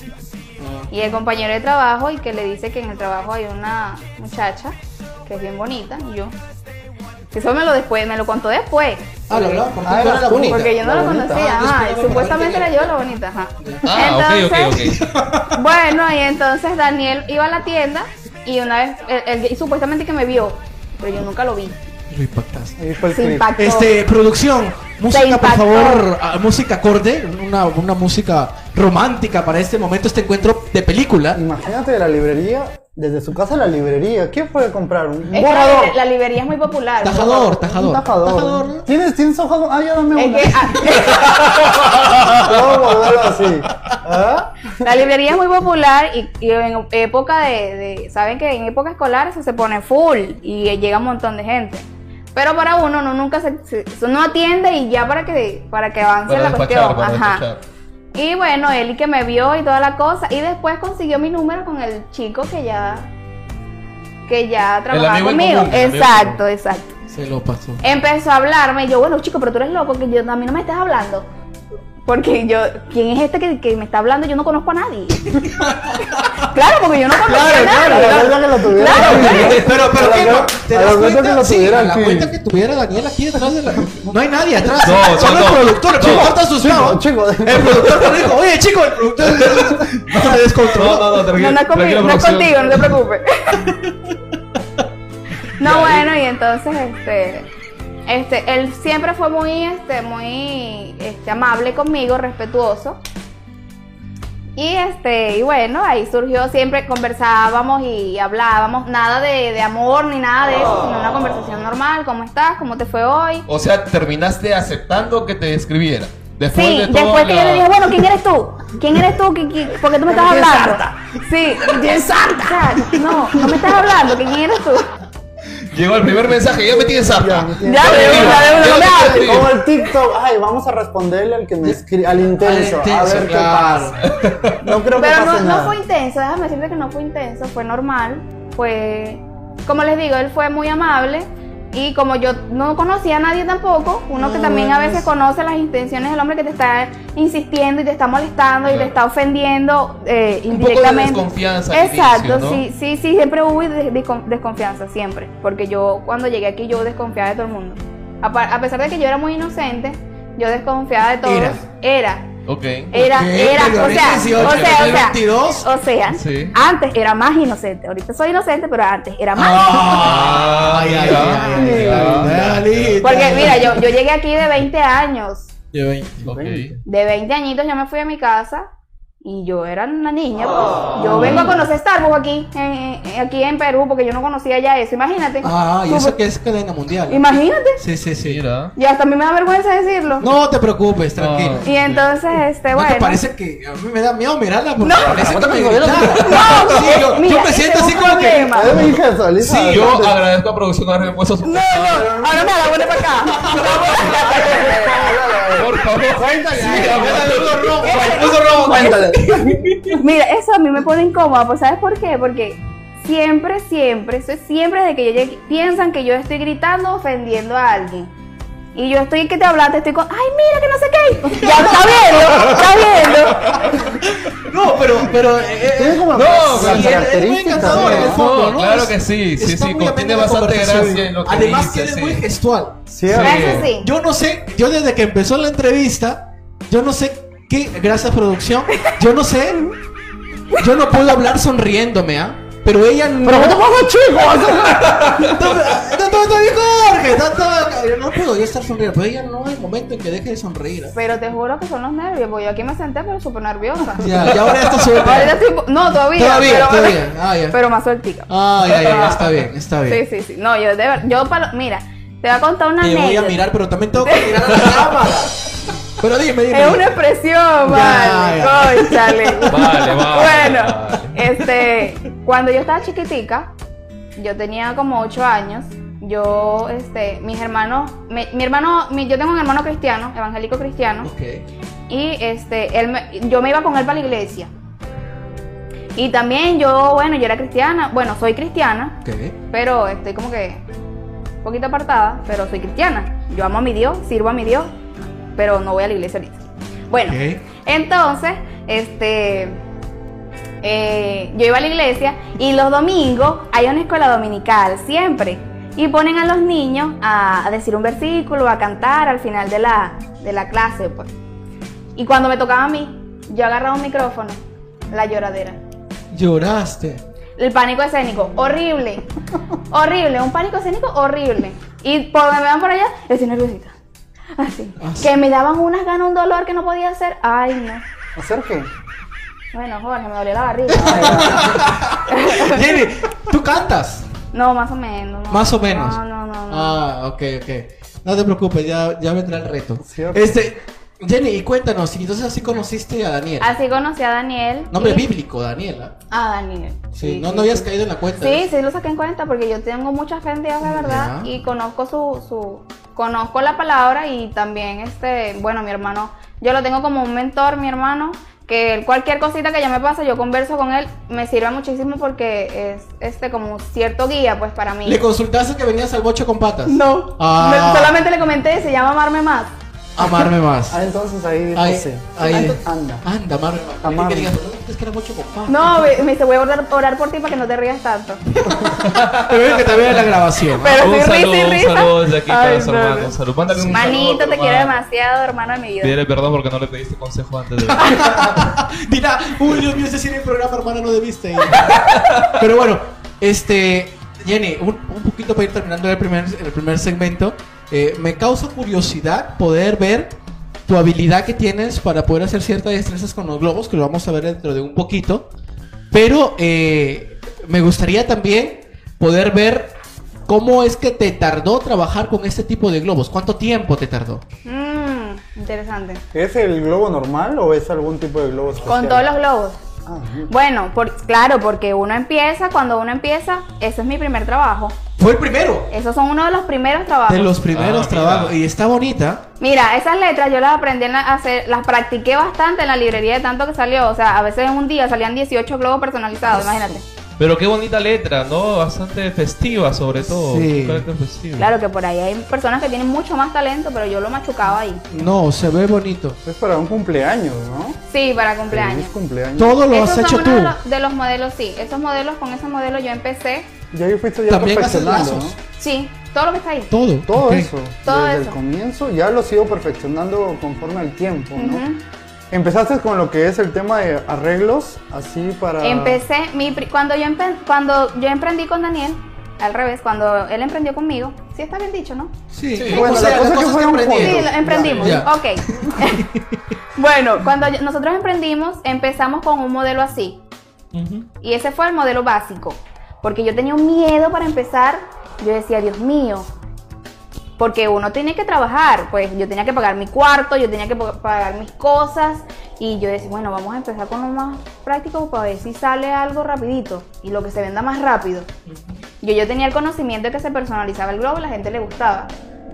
Y el compañero de trabajo, y que le dice que en el trabajo hay una muchacha que es bien bonita, y yo. Eso me lo después, me lo contó después.
Ah, lo hablaba por ti,
Ah,
tú
eras
eras la
tú,
bonita.
Porque yo no
La
lo
bonita.
conocía,
Ah, entonces
ajá,
tú
y
eras la
supuestamente era
bonita.
yo la bonita, ajá.
Ah, ok, ok, ok.
Bueno, y entonces Daniel iba a la tienda y una vez, él- él- y supuestamente que me vio, pero yo nunca lo vi.
Lo impactaste.
Ahí fue el
Se
clip.
impactó.
Este, producción, música por
impactó.
favor, ah, música acorde, una, una música romántica para este momento, este encuentro de película.
Imagínate de la librería, desde su casa a la librería. ¿Qué fue a comprar? Un
Es que la,
borrador.
libre- la librería es muy popular.
Tajador, tajador.
Un tajador.
Tajador.
¿Tienes, ¿Tienes hojas? Ah, ya dame
Es
una.
que, ah,
Todo borrado así. ¿Ah?
la librería es muy popular y, y en época de, de- saben que en época escolar eso se pone full y llega un montón de gente. Pero para uno, uno nunca se, se- eso no atiende y ya para que para que avance
Para
la
despachar,
cuestión.
para
Ajá.
despachar.
Y bueno, él y que me vio y toda la cosa. Y después consiguió mi número con el chico que ya. que ya trabajaba
amigo en
conmigo.
común, el amigo en
exacto,
común.
exacto.
Se lo pasó.
Empezó a hablarme. y yo, bueno, chico, pero tú eres loco, que yo, a mí no me estás hablando. Porque yo, ¿quién es este que, que me está hablando? Yo no conozco a nadie. claro, porque yo no conozco a
Claro,
nadie.
la verdad que lo tuviera.
Pero, pero,
A
¿qué?
la-
¿Te
a
das
la cuenta que
cuenta?
lo
Sí,
tuviera
a la
aquí.
cuenta que tuviera Daniel aquí detrás de la... No hay nadie atrás.
No,
Solo
no,
el
no.
productor. El
Chico,
productor está asustado.
chico, chico.
El productor te dijo, oye, chico, el productor se
No,
descontroló.
no, no, tranquilo.
No, no es,
tranquilo,
conmigo, no es
producción.
contigo, no te preocupes. no, bueno, y entonces, este, este, él siempre fue muy, este, muy, este, amable conmigo, respetuoso. Y este, y bueno, ahí surgió, siempre conversábamos y hablábamos, nada de, de amor ni nada de eso, sino una conversación normal, ¿cómo estás? ¿Cómo te fue hoy?
O sea, terminaste aceptando que te escribiera. Después
Sí,
de todo
después que
la-
yo le dije, bueno, ¿quién eres tú? ¿Quién eres tú? ¿Qui- qui- ¿Por qué tú me estás hablando? Sí. ¿Tienes santa? no, no me estás hablando, ¿que ¿quién eres tú?
Llegó el primer mensaje, ya me tienes harta.
Ya.
Ya, de una, de una, no me hables.
Como el TikTok. Ay, vamos a responderle al que me escribe, al intenso.
Al
a
intenso,
ver qué
claro.
pasa. No creo que pase
Pero no, no
nada.
fue intenso, déjame decirte que no fue intenso, fue normal, fue... Como les digo, él fue muy amable y como yo no conocía a nadie tampoco, uno
Ah,
que también a veces conoce las intenciones del hombre que te está insistiendo y te está molestando y te
Claro.
está ofendiendo eh,
Un poco de
indirectamente.
desconfianza al
Exacto,
inicio, ¿no?
sí, sí, sí, siempre hubo des- descon- desconfianza, siempre. Porque yo cuando llegué aquí yo desconfiaba de todo el mundo. A, pa- a pesar de que yo era muy inocente, yo desconfiaba de todos.
Era.
Era.
Ok.
Era,
Ok,
era,
pero
o
ahorita
sea,
18,
o sea, o sea,
22.
o sea,
Sí.
antes era más inocente. Ahorita soy inocente, pero antes era más.
Ah, ay, ay, ay, ay, ay, ay.
Porque mira, yo, yo llegué aquí de 20 años.
De 20.
Ok.
De 20 añitos yo me fui a mi casa y yo era una niña.
Ah.
pues. Yo vengo a conocer Starbucks aquí, en- en- aquí en Perú, porque yo no conocía ya eso. Imagínate.
Ah, y
Tú-
eso que es cadena mundial.
Imagínate.
Sí, sí, sí.
Mira.
Y hasta a mí me da vergüenza decirlo.
No te preocupes, tranquilo.
Y entonces, este,
¿No
bueno.
te parece que a mí me da miedo mirarla? Porque parece que me
no, no,
grita. Sí, yo,
Mira,
yo me
ese
siento
es
así
un
como que...
problema.
A ver, mi hija, solita.
Sí,
Yo agradezco a producción haberme puesto su.
No, no, ahora me la vuelve para acá.
Por favor.
Cuéntale.
Sí, aguanta,
puso rojo,
aguanta.
puso rojo.
Cuéntale.
Mira, eso a mí me pone incómoda, pues ¿sabes por qué? Porque siempre, siempre, eso es siempre desde que yo llegué, piensan que yo estoy gritando ofendiendo a alguien. Y yo estoy que te hablaste, estoy con, ay, mira que no sé qué. Ya está viendo, está viendo.
No, pero, pero. eh,
Tiene como
no,
las
pero sí, es- es muy
características,
encantador
¿no?
en el fondo, ¿no?
claro
Es-
que sí, sí,
está
sí,
muy amena
contiene
la
bastante
conversación.
gracia en lo que
Además,
dice,
tiene
sí.
muy gestual.
Cierto.
Sí.
Eso sí.
Yo no sé, yo desde que empezó la entrevista, yo no sé qué, gracias producción, yo no sé, yo no puedo hablar sonriéndome, ¿ah? Pero ella no.
Pero ¿cuánto pasa, chicos?
¡Está todo está bien, Jorge! está todo- yo No puedo yo estar sonriendo, pero ella no hay momento en que deje de sonreír. ¿ah?
Pero te juro que son los nervios, porque yo aquí me senté pero súper nerviosa.
Ya, ya ahora está
Ahorita
suelta.
estoy- No, todavía.
Todavía,
pero,
todavía. Ah, ya.
pero más sueltica.
Ah, ya, ya, ya, está bien, está
Sí,
bien.
sí, sí. No, yo de verdad. Yo para. Mira, te voy a contar una
Te voy a
anécdota.
mirar, pero también tengo que mirar a la cámara. Pero dime, dime.
Es una expresión, vale.
ya.
Cónchale.
Vale, vale,
Bueno, este, cuando yo estaba chiquitica, yo tenía como 8 años. Yo, este, mis hermanos, mi, mi hermano, mi- yo tengo un hermano cristiano, evangélico cristiano,
Ok.
y este, él me- yo me iba con él para la iglesia. Y también yo, bueno, yo era cristiana, bueno, soy cristiana,
Ok.
pero estoy como que un poquito apartada, pero soy cristiana. Yo amo a mi Dios, sirvo a mi Dios, pero no voy a la iglesia ahorita. Bueno,
Ok.
entonces, este, eh, yo iba a la iglesia y los domingos hay una escuela dominical, siempre. Y ponen a los niños a, a decir un versículo, a cantar al final de la, de la clase, pues. Y cuando me tocaba a mí, yo agarraba un micrófono, la lloradera.
Lloraste.
El pánico escénico, horrible. Horrible, un pánico escénico horrible. Y por donde me van por allá, yo estoy nerviosita. Así.
Ah, sí.
Que me daban unas ganas, un dolor que no podía hacer. Ay, no.
¿Hacer qué?
Bueno, Jorge, me dolió la barriga. Ay,
Jenny, tú cantas.
no, No, más o menos. no.
Más o menos.
No, no, no. no.
Ah, ok, ok. No te preocupes, ya, ya vendrá el reto.
Cierto.
Este, Jenny, y cuéntanos, y entonces así conociste a Daniel.
Así conocí a Daniel.
Nombre
y-
bíblico, Daniel. ¿ah?
A Daniel.
pues, Sí, no, no habías caído en la cuenta.
Sí, sí lo saqué en cuenta porque yo tengo mucha fe en Dios, la verdad,
Ya.
y conozco su, su, conozco la palabra y también este, bueno, mi hermano, yo lo tengo como un mentor, mi hermano, que él, cualquier cosita que ya me pasa, yo converso con él, me sirve muchísimo porque es este como un cierto guía pues para mí.
¿Le consultaste que venías al bocho con patas?
no,
Ah.
Me- solamente le comenté, se llama Amarme Más.
Amarme más.
Ah, entonces ahí dijo
Ahí,
sí.
ahí.
Ah, entonces Anda.
Anda, amarme más.
Amarme.
Que digas, "No, es que era bocho con patas.
No, me, me dice, voy a orar, orar por ti para que no te rías tanto.
Ah, Te veo que te veo en la grabación. ¿ah?
Pero
un
sí, risa y
saludo, un
risa.
saludo desde aquí para
Ay,
su
no,
hermano.
no.
Un saludo. Mándale un saludo a
Manito,
tu
te quiero
hermano.
demasiado, hermano de mi vida.
Pídele perdón porque no le pediste consejo antes de.
Dirá, uy, Dios mío, ese sí era el programa, hermana, no debiste ir". Pero bueno, este, Jenny, un, un poquito para ir terminando el primer, el primer segmento, eh, me causa curiosidad poder ver tu habilidad que tienes para poder hacer ciertas destrezas con los globos, que lo vamos a ver dentro de un poquito. Pero eh, me gustaría también poder ver cómo es que te tardó trabajar con este tipo de globos. ¿Cuánto tiempo te tardó?
Mm, interesante.
Pues
¿Es el globo normal o es algún tipo de globo especial?
Con todos los globos.
Ah,
Bueno, por, claro, porque uno empieza, cuando uno empieza, eso es mi primer trabajo.
Fue el primero.
Esos son uno de los primeros trabajos.
De los primeros
Ah, mira.
trabajos. Y está bonita.
Mira, esas letras yo las aprendí en la- a hacer, las practiqué bastante en la librería de tanto que salió. O sea, a veces en un día salían 18 globos personalizados, imagínate.
Pero qué bonita letra, ¿no? Bastante festiva, sobre todo.
Sí.
Un carácter festivo.
Claro que por ahí hay personas que tienen mucho más talento, pero yo lo machucaba ahí.
No, se ve bonito.
Es para un cumpleaños, ¿no?
Sí, para
Feliz
cumpleaños.
cumpleaños.
Todo lo has
Esos
hecho
son
tú.
uno de los- de los modelos, sí. Esos modelos, con esos modelos yo empecé.
Ya yo fuiste ya
También haces
perfeccionando,
lazos.
¿no?
Sí, todo lo que está ahí.
Todo.
Todo
ok.
eso.
Todo
desde
eso.
el comienzo ya lo sigo perfeccionando conforme al tiempo, ¿no?
Ujú.
Empezaste con lo que es el tema de arreglos, así para...
Empecé, mi, pri- cuando, yo empe- cuando yo emprendí con Daniel, al revés, cuando él emprendió conmigo, sí está bien dicho, ¿no?
Sí.
Sí.
O
Bueno,
sea,
la cosa es que
cosas
fueron
aprendieron.
Sí,
juntos.
lo emprendimos,
Ya.
ok. bueno, cuando yo- nosotros emprendimos, empezamos con un modelo así,
Ujú.
y ese fue el modelo básico, porque yo tenía un miedo para empezar, yo decía, Dios mío, porque uno tiene que trabajar, pues yo tenía que pagar mi cuarto, yo tenía que pa- pagar mis cosas y yo decía, bueno, vamos a empezar con lo más práctico para ver si sale algo rapidito y lo que se venda más rápido. Yo, yo tenía el conocimiento de que se personalizaba el globo y la gente le gustaba,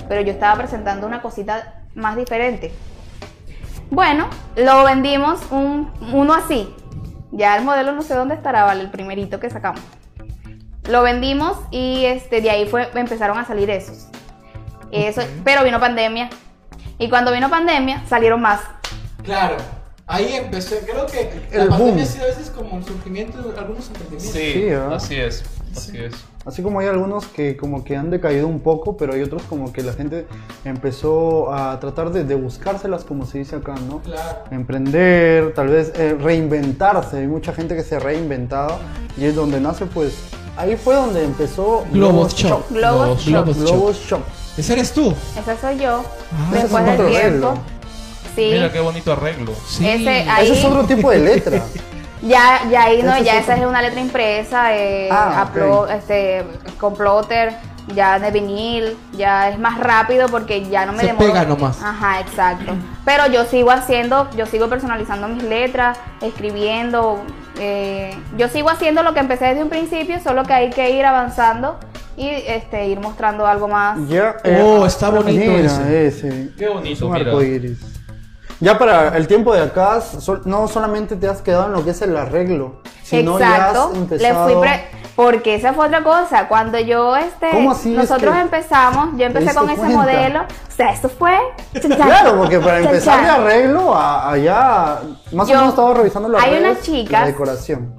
pero yo estaba presentando una cosita más diferente. Bueno, lo vendimos un- uno así. Ya el modelo no sé dónde estará, vale, el primerito que sacamos. Lo vendimos y este, de ahí fue, empezaron a salir esos. Eso, pero vino pandemia. Y cuando vino pandemia, salieron más.
Claro. Ahí empezó, creo que
El
la
boom.
pandemia ha sido a veces como un surgimiento de algunos emprendimientos.
Sí,
Sí, ¿ah?
así es, así es.
Así como hay algunos que como que han decaído un poco, pero hay otros como que la gente empezó a tratar de, de buscárselas, como se dice acá, ¿no?
Claro.
Emprender, tal vez eh, reinventarse. Hay mucha gente que se ha reinventado y es donde nace, pues, ahí fue donde empezó
Globos Shop.
Globos Shop.
Globos Shop.
Globos Shop.
Ese eres tú.
Esa soy yo.
Ah,
ese es
Después
otro
del
arreglo.
tiempo. Sí.
Mira qué bonito arreglo.
Sí.
Ese, ahí,
Ese es otro tipo de letra.
ya, ya ahí no,
Ese es otro.
ya
pues.
esa es una letra impresa, eh,
Ah,
upload,
ok.
este, con plotter, ya de vinil, ya es más rápido porque ya no me
Se
demoro.
pega nomás.
Ajá, exacto. Pero yo sigo haciendo, yo sigo personalizando mis letras, escribiendo, eh, yo sigo haciendo lo que empecé desde un principio, solo que hay que ir avanzando y este ir mostrando algo más.
Ya, eh, ah,
Oh, está bonito
mira,
ese.
ese.
Qué bonito,
Es un
mira.
arcoíris. Ya para el tiempo de acá, sol- no solamente te has quedado en lo que es el arreglo, sino
Exacto,
ya has
le
empezado.
fui pre- porque esa fue otra cosa. Cuando yo este
¿Cómo así?
nosotros
Es que-
empezamos, yo empecé
diste
con ese
cuenta?
modelo, o sea, eso fue
Claro, porque para empezar de
a
arreglo, a- allá más
Yo-
o menos estaba revisando los
hay
arreglos
unas
y
chicas-
la decoración.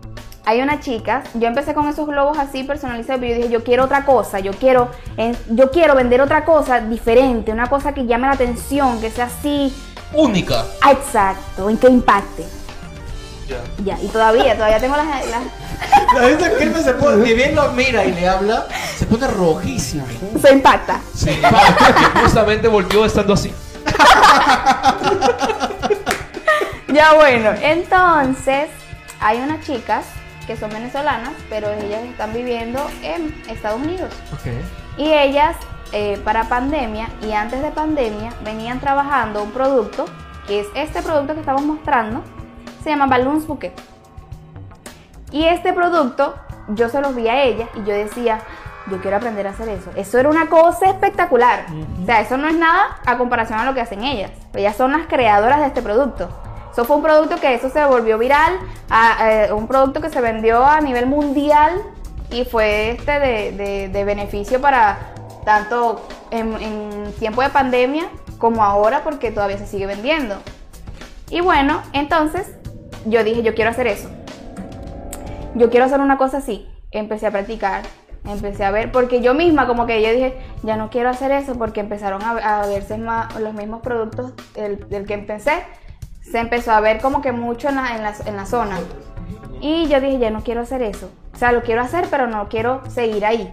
hay una chica, yo empecé con esos globos así personalizados, pero yo dije, yo quiero otra cosa, yo quiero, eh, yo quiero vender otra cosa diferente, una cosa que llame la atención, que sea así,
Única.
ah, exacto, en que impacte.
Ya.
Ya, y todavía, todavía tengo las, las-
La gente que Kelme se pone, ni bien lo mira y le habla, se pone rojísimo.
se impacta.
Sí, que justamente volvió estando así.
Ya bueno, entonces hay unas chicas que son venezolanas, pero ellas están viviendo en Estados Unidos. Y ellas, eh, para pandemia y antes de pandemia, venían trabajando un producto, que es este producto que estamos mostrando, se llama Balloons Bouquet. Y este producto, yo se los vi a ellas y yo decía, yo quiero aprender a hacer eso. Eso era una cosa espectacular. O sea, eso no es nada a comparación a lo que hacen ellas. Ellas son las creadoras de este producto. Eso fue un producto que eso se volvió viral, a- eh, un producto que se vendió a nivel mundial y fue este de, de- de beneficio para tanto en, en tiempo de pandemia como ahora porque todavía se sigue vendiendo. Y bueno, entonces yo dije, yo quiero hacer eso yo quiero hacer una cosa así. Empecé a practicar, empecé a ver, porque yo misma como que yo dije, ya no quiero hacer eso porque empezaron a, a verse más los mismos productos del, del que empecé. Se empezó a ver como que mucho en la, en la- en la zona. Y yo dije, ya no quiero hacer eso. O sea, lo quiero hacer, pero no quiero seguir ahí.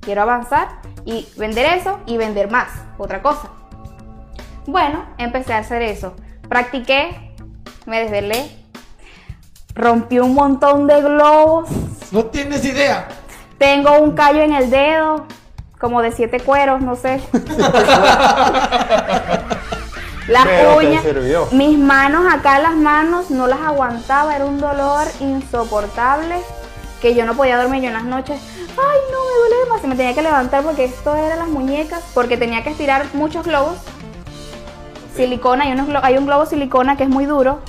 Quiero avanzar y vender eso y vender más, otra cosa. Bueno, empecé a hacer eso. Practiqué, me desvelé, rompí un montón de globos,
No tienes idea.
tengo un callo en el dedo, como de siete cueros, no sé. las
Pero te
uñas,
sirvió.
mis manos acá, las manos, no las aguantaba, era un dolor insoportable que yo no podía dormir yo en las noches. Ay, no, me duele demasiado. Me tenía que levantar porque esto era las muñecas, porque tenía que estirar muchos globos. Silicona, hay, unos glo- hay un globo silicona que es muy duro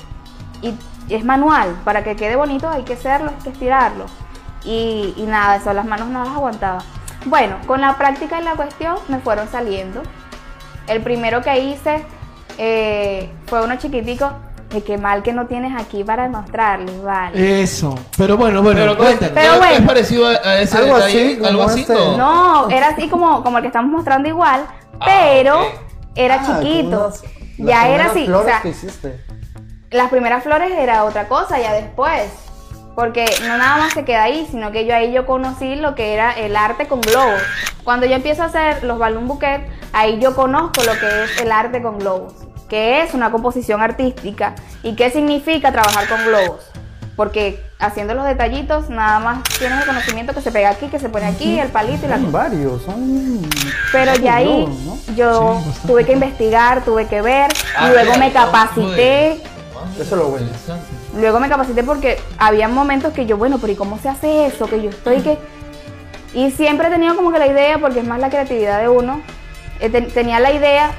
y es manual. Para que quede bonito hay que hacerlo, hay que estirarlo. Y, y nada, eso, las manos no las aguantaba. Bueno, con la práctica y la cuestión me fueron saliendo. El primero que hice eh, fue uno chiquitico. De qué mal que no tienes aquí para mostrarles,
Eh,
vale.
Eso. Pero bueno, bueno,
Pero,
cuéntanos.
Pero
¿no
bueno.
es parecido a, a ese
Algo
detalle?
así, como este.
algo así,
ese.
no?
No, era así como, como el que estamos mostrando igual,
Ah,
pero
ok.
era
Ah,
chiquito.
con unas- las
ya era
primeras
así. O
flores
sea,
que hiciste.
las primeras flores era otra cosa ya después. Porque no nada más se queda ahí, sino que yo ahí yo conocí lo que era el arte con globos. Cuando yo empiezo a hacer los balloon bouquet, ahí yo conozco lo que es el arte con globos, que es una composición artística y qué significa trabajar con globos. Porque haciendo los detallitos, nada más tienes el conocimiento que se pega aquí, que se pone aquí, el palito y la
Son
cosa.
varios, son.
Pero ya ahí
globos, ¿no?
yo tuve que investigar, tuve que ver,
Ah,
luego me
mira,
capacité.
Ah,
Eso es lo bueno.
interesante.
Luego me capacité porque había momentos que yo, bueno, pero ¿y cómo se hace eso? Que yo estoy que... Y siempre he tenido como que la idea, porque es más la creatividad de uno, eh, ten- tenía la idea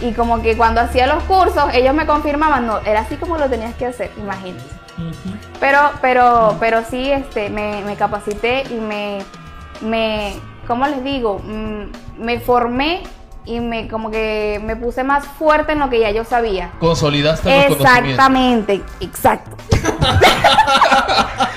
y como que cuando hacía los cursos, ellos me confirmaban, no, era así como lo tenías que hacer, imagínate. Pero, pero, pero sí, este, me, me capacité y me, me, ¿cómo les digo? Mm, Me formé y me como que me puse más fuerte en lo que ya yo sabía.
Consolidaste los conocimientos.
Exactamente, exacto.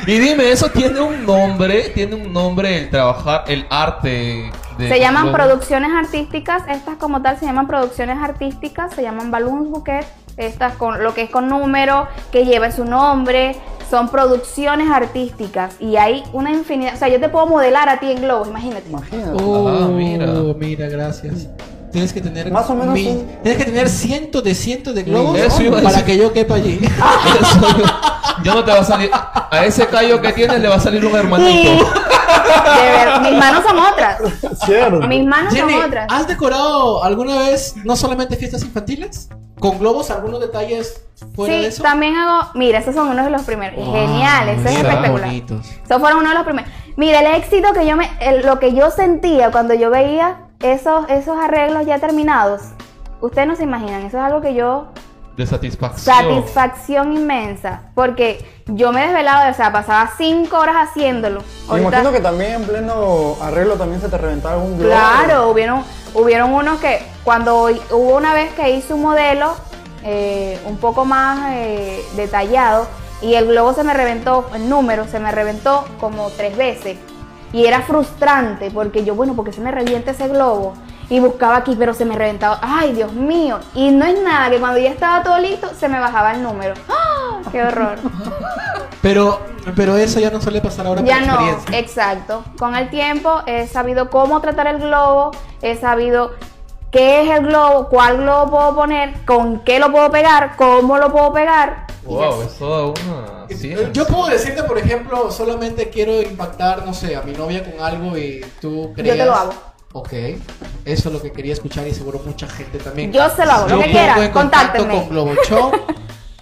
Y dime, eso tiene un nombre, tiene un nombre el trabajar, el arte. de-
Se llaman
lo-
producciones artísticas, estas como tal se llaman producciones artísticas, se llaman balloons bouquet, estas con lo que es con número, que lleva su nombre, son producciones artísticas y hay una infinidad, o sea, yo te puedo modelar a ti en globos, imagínate.
Imagínate.
Oh,
mira.
mira. mira, gracias. Tienes que tener
Más o menos
mil-
un-
tienes que tener cientos de cientos de globos
Eso iba a
para
decir.
que yo quepa allí.
Ah,
Ya no te va a salir. A ese callo que tienes le va a salir un hermanito.
De ver- mis manos son otras.
Cierto.
Mis manos
Jenny, ah,
son otras.
¿has decorado alguna vez no solamente fiestas infantiles? ¿Con globos algunos detalles fuera de
Sí,
eso?
también hago. Mira, esos son uno de los primeros.
Wow,
Genial,
Ah,
eso es
mira,
espectacular.
bonitos.
Esos fueron uno de los primeros. Mira, el éxito que yo me. el- lo que yo sentía cuando yo veía esos, esos arreglos ya terminados. Ustedes no se imaginan, eso es algo que yo.
De satisfacción.
oh.
Satisfacción inmensa. Porque yo me desvelaba, o sea, pasaba cinco horas haciéndolo.
Me
Ahorita-
imagino que también en pleno arreglo también se te reventaba algún globo.
Claro, hubieron, hubieron unos que cuando hubo una vez que hice un modelo eh, un poco más eh, detallado y el globo se me reventó, el número se me reventó como tres veces y era frustrante porque yo, bueno, porque se me revienta ese globo y buscaba aquí, pero se me reventaba, ay Dios mío, y no es nada, que cuando ya estaba todo listo se me bajaba el número. ¡Ah! ¡Qué horror!
Pero, pero eso ya no suele pasar ahora
Ya
por
no,
experiencia.
exacto. Con el tiempo he sabido cómo tratar el globo, he sabido qué es el globo, cuál globo puedo poner, con qué lo puedo pegar, cómo lo puedo pegar. y
Wow,
así.
es toda una. ciencia.
Yo puedo decirte, por ejemplo, solamente quiero impactar, no sé, a mi novia con algo y tú creas.
te lo hago.
Ok, eso es lo que quería escuchar y seguro mucha gente también.
Yo se lo hago, lo que
pongo
quieran,
en contacto
contáctenme.
Con Globochop,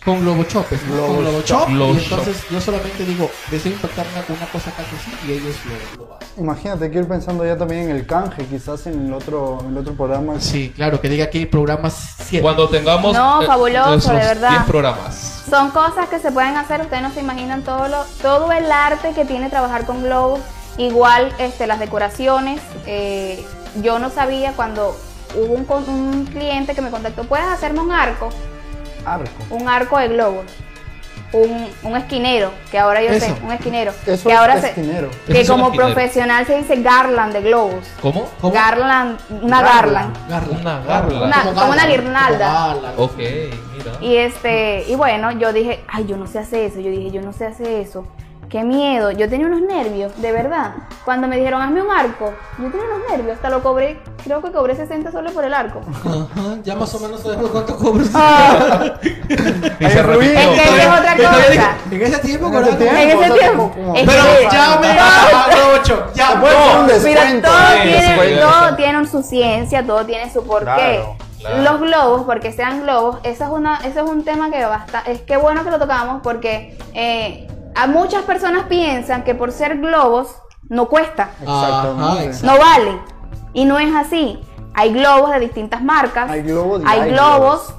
con Globochopes, ¿no? con Globochop.
Globochop.
Y entonces yo solamente digo, deseo impactar una, una cosa casi así y ellos lo, lo hacen.
Imagínate que ir pensando ya también en el canje, quizás en el otro, en el otro programa.
Sí, claro, que diga aquí programas 7.
Cuando tengamos.
eh,
No, fabuloso,
nuestros
de verdad.
10 programas.
Son cosas que se pueden hacer, ustedes no se imaginan todo, lo, todo el arte que tiene trabajar con globos, igual este, las decoraciones. eh, yo no sabía cuando hubo un, con- un cliente que me contactó, ¿puedes hacerme un arco?
Arco.
un arco de globos, un, un esquinero, que ahora yo sé,
Eso.
un esquinero,
Eso
que
es este,
ahora
esquinero.
se,
Eso
que
es un
como
esquinero.
profesional se dice garland de globos,
¿Cómo?
¿Cómo?
garland, una
Garland.
garland,
Una garla.
Una- como una guirnalda.
Ok, mira.
y este, y bueno, yo dije, ay, yo no sé hacer eso, yo dije, yo no sé hacer eso, qué miedo, yo tenía unos nervios, de verdad, cuando me dijeron, hazme un arco, yo tenía unos nervios, hasta lo cobré, creo que cobré 60 soles por el arco,
Ajá, ya más o menos sabemos cuánto cobras.
Y se
Ay,
repitió.
Luis.
es que esa es
Yo
otra
te dije,
cosa,
En ese tiempo,
En
cobraba
ese
como-
tiempo.
en ese
cosa
tiempo,
como-
es que-
Pero ya me a Globochop, ya
Puede ser un
no.
Mira,
descuento.
todo,
eh,
tiene,
descuento.
todo tiene su ciencia, todo tiene su porqué.
Claro,
claro.
Los globos, porque sean globos, eso es, una, eso es un tema que basta. Es que bueno que lo tocamos porque eh, a muchas personas piensan que por ser globos no cuesta,
Ajá,
Exactamente.
exacto.
no vale. Y no es así. Hay globos de distintas marcas,
Hay globos y
hay
hay
globos,